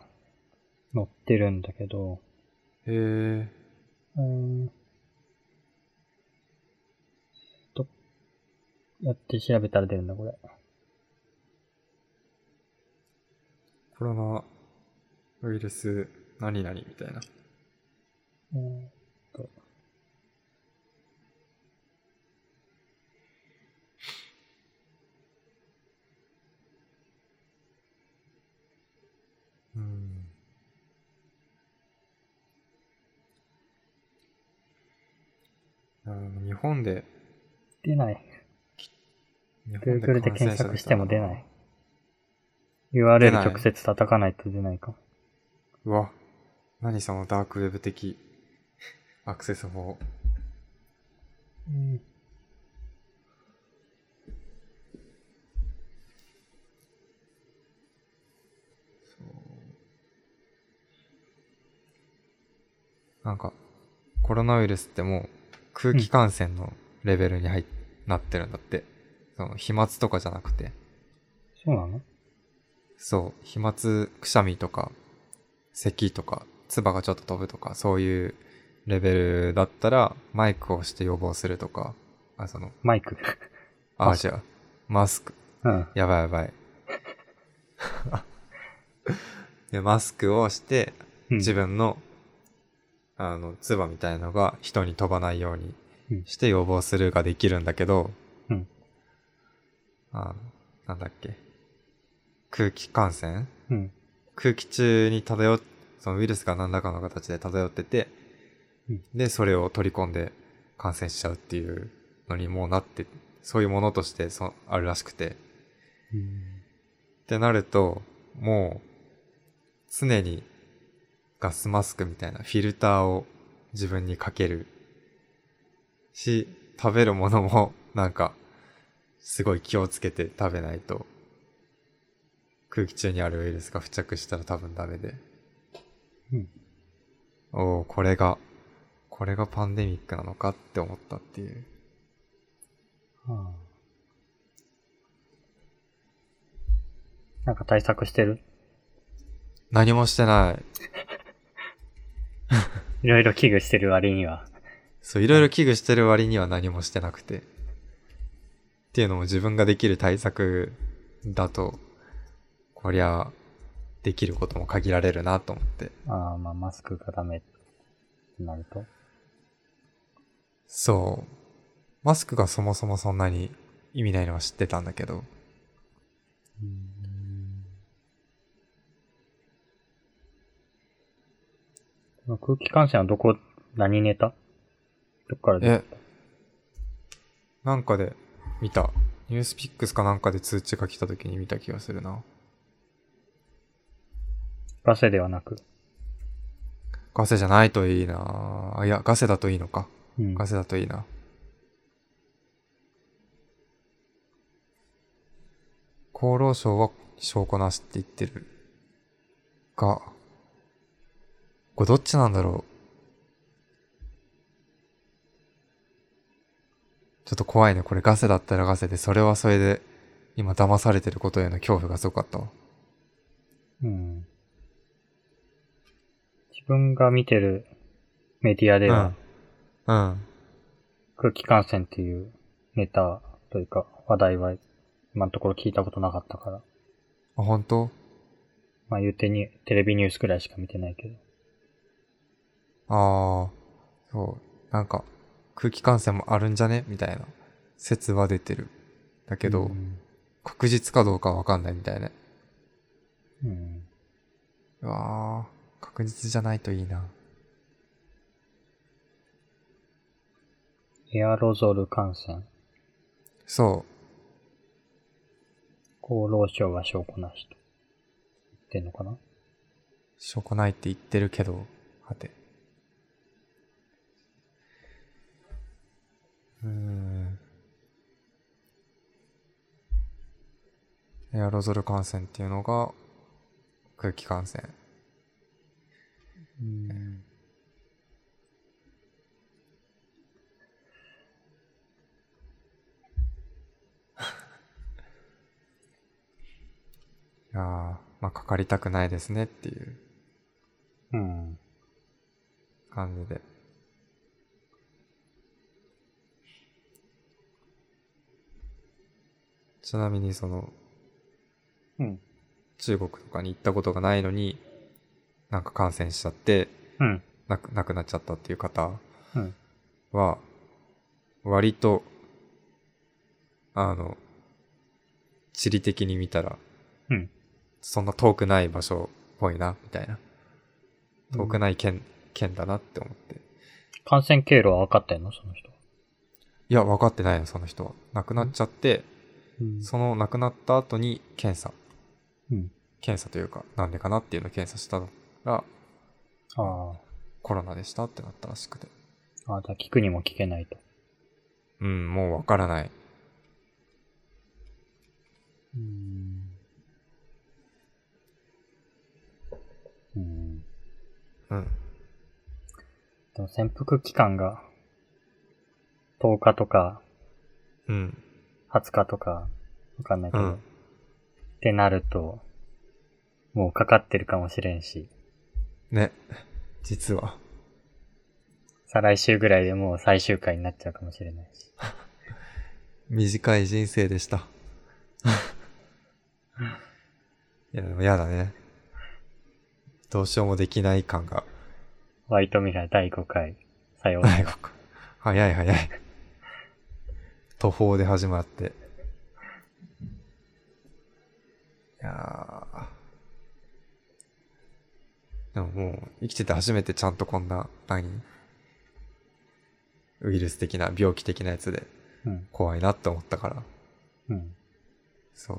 Speaker 2: 載ってるんだけど、
Speaker 1: へえ、
Speaker 2: うーん。と、やって調べたら出るんだ、これ。
Speaker 1: コロナウイルス、何々みたいな。
Speaker 2: うーんと。
Speaker 1: うん。いやでも日本で、
Speaker 2: 出ない。
Speaker 1: 日本感染
Speaker 2: Google で検
Speaker 1: 者出たの
Speaker 2: 索しても出ない。
Speaker 1: 出
Speaker 2: URL
Speaker 1: ない
Speaker 2: 直接叩かないと出ないか。
Speaker 1: うわ、何そのダークウェブ的アクセス法。
Speaker 2: うん。
Speaker 1: なんか、コロナウイルスってもう空気感染のレベルに入っ、なってるんだって。その飛沫とかじゃなくて。
Speaker 2: そうなの
Speaker 1: そう、飛沫、くしゃみとか、咳とか、唾がちょっと飛ぶとか、そういうレベルだったら、マイクをして予防するとか、あ、その、
Speaker 2: マ イク。
Speaker 1: あ、
Speaker 2: マス
Speaker 1: じゃあ、マスク、
Speaker 2: うん。
Speaker 1: やばいやば い。で、マスクをして、
Speaker 2: うん
Speaker 1: 自。分の、あの、唾みたいのが人に飛ばないように
Speaker 2: うん
Speaker 1: して予防するができるんだけど、
Speaker 2: うん
Speaker 1: あの、なんだっけ。空気感染
Speaker 2: うん。
Speaker 1: 空気中に漂っ、そのウイルスが何らかの形で漂ってて、
Speaker 2: うん
Speaker 1: で、それを取り込んで感染しちゃうっていうのにもうなって、そういうものとしてそあるらしくて。
Speaker 2: うん
Speaker 1: ってなると、もう、常にガスマスクみたいなフィルターを自分にかけるし、食べるものもなんか、すごい気をつけて食べないと、空気中にあるウイルスが付着したら多分ダメで。
Speaker 2: うん
Speaker 1: おおこれが、これがパンデミックなのかって思ったっていう。
Speaker 2: ああなんか対策してる
Speaker 1: 何もしてない。
Speaker 2: いろいろ危惧してる割には。
Speaker 1: そう、いろいろ危惧してる割には何もしてなくて。っていうのも自分ができる対策だと、こりゃ、できることも限られるなと思って。
Speaker 2: ああ、まあマスクがダメってなると。
Speaker 1: そう。マスクがそもそもそんなに意味ないのは知ってたんだけど、
Speaker 2: この空気感染はどこ、何ネタどっからで
Speaker 1: え、なんかで見た。ニュースピックスかなんかで通知が来た時に見た気がするな。
Speaker 2: ガセではなく。
Speaker 1: ガセじゃないといいなあいや、ガセだといいのか。
Speaker 2: うん
Speaker 1: ガセだといいな。厚労省は証拠なしって言ってる。が、これどっちなんだろう。ちょっと怖いね。これガセだったらガセで、それはそれで、今騙されてることへの恐怖がすごかったわ。
Speaker 2: うん。自分が見てるメディアでは、
Speaker 1: うん。うん。
Speaker 2: 空気感染っていうネタというか話題は今のところ聞いたことなかったから。
Speaker 1: あ、本当
Speaker 2: まあ言うてに、テレビニュースくらいしか見てないけど。
Speaker 1: ああ、そう。なんか、空気感染もあるんじゃねみたいな説は出てる。だけど、
Speaker 2: うん
Speaker 1: 確実かどうかわかんないみたいね。
Speaker 2: うん。
Speaker 1: うわあ、確実じゃないといいな。
Speaker 2: エアロゾル感染。
Speaker 1: そ
Speaker 2: 厚労省は証拠なしと。言ってんのかな
Speaker 1: う、証拠ないって言ってるけど、はて。うーん。エアロゾル感染っていうのが、空気感染。
Speaker 2: うん。
Speaker 1: いやーまあ、かかりたくないですねっていう
Speaker 2: うん。
Speaker 1: 感じで。ちなみに、その、
Speaker 2: うん。
Speaker 1: 中国とかに行ったことがないのに、なんか感染しちゃって、
Speaker 2: うん。
Speaker 1: なく、なくなっちゃったっていう方
Speaker 2: うん。
Speaker 1: は、割と、あの、地理的に見たら、
Speaker 2: うん。
Speaker 1: そんな遠くない場所っぽいな、みたいな。遠く
Speaker 2: い。
Speaker 1: ない県、県だなって思って。
Speaker 2: 感染経路は分かってんのその人。
Speaker 1: いや、分かってないよ、その人は。亡くなっちゃって、
Speaker 2: うん
Speaker 1: その亡くなった後に検査、
Speaker 2: うん。
Speaker 1: 検査というか、なんでかなっていうのを検査したら、
Speaker 2: あ
Speaker 1: コロナでしたってなったらしくて。
Speaker 2: あ。ああ、じゃあ聞くにも聞けないと。
Speaker 1: うん、もう分からない。
Speaker 2: うん。うん。
Speaker 1: うん。
Speaker 2: でも潜伏期間が10日とか
Speaker 1: うん。
Speaker 2: 20日とかわかんないけ
Speaker 1: う
Speaker 2: ど、
Speaker 1: ん
Speaker 2: っ。てなると、もうかかってるかもしれんし、
Speaker 1: ね。実は。
Speaker 2: 再来週ぐらいでもう最終回になっちゃうかもしれないし。
Speaker 1: 短い人生で した。いや、でも嫌だね。どうしようもできない感が。
Speaker 2: ホワイトミラー第5回、さようなら
Speaker 1: はい、ここ早い早い。途方で始まって。いやー。でももう、生きてて初めてちゃんとこんな、何ウイルス的な、病気的なやつで
Speaker 2: うん。
Speaker 1: 怖いなって思ったから。
Speaker 2: うん。
Speaker 1: そう。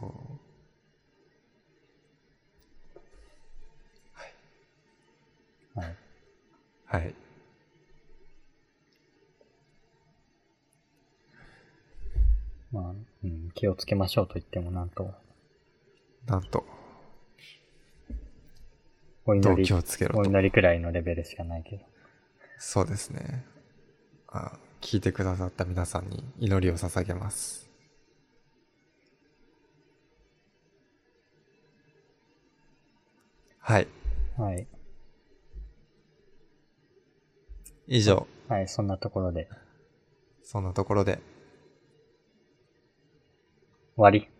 Speaker 2: はい。
Speaker 1: はい。
Speaker 2: まあ、うん、気をつけましょうと言ってもなんとも、
Speaker 1: なんと、
Speaker 2: お
Speaker 1: ど
Speaker 2: 祈
Speaker 1: う
Speaker 2: り
Speaker 1: 気、をつけろ
Speaker 2: お
Speaker 1: と。
Speaker 2: 祈りくらいのレベルしかないけど。
Speaker 1: そうですね。あ聞いてくださった皆さんに祈りを捧げます。はい。
Speaker 2: はい。
Speaker 1: 以上、
Speaker 2: はい、そんなところで
Speaker 1: そんなところで。
Speaker 2: 終わり。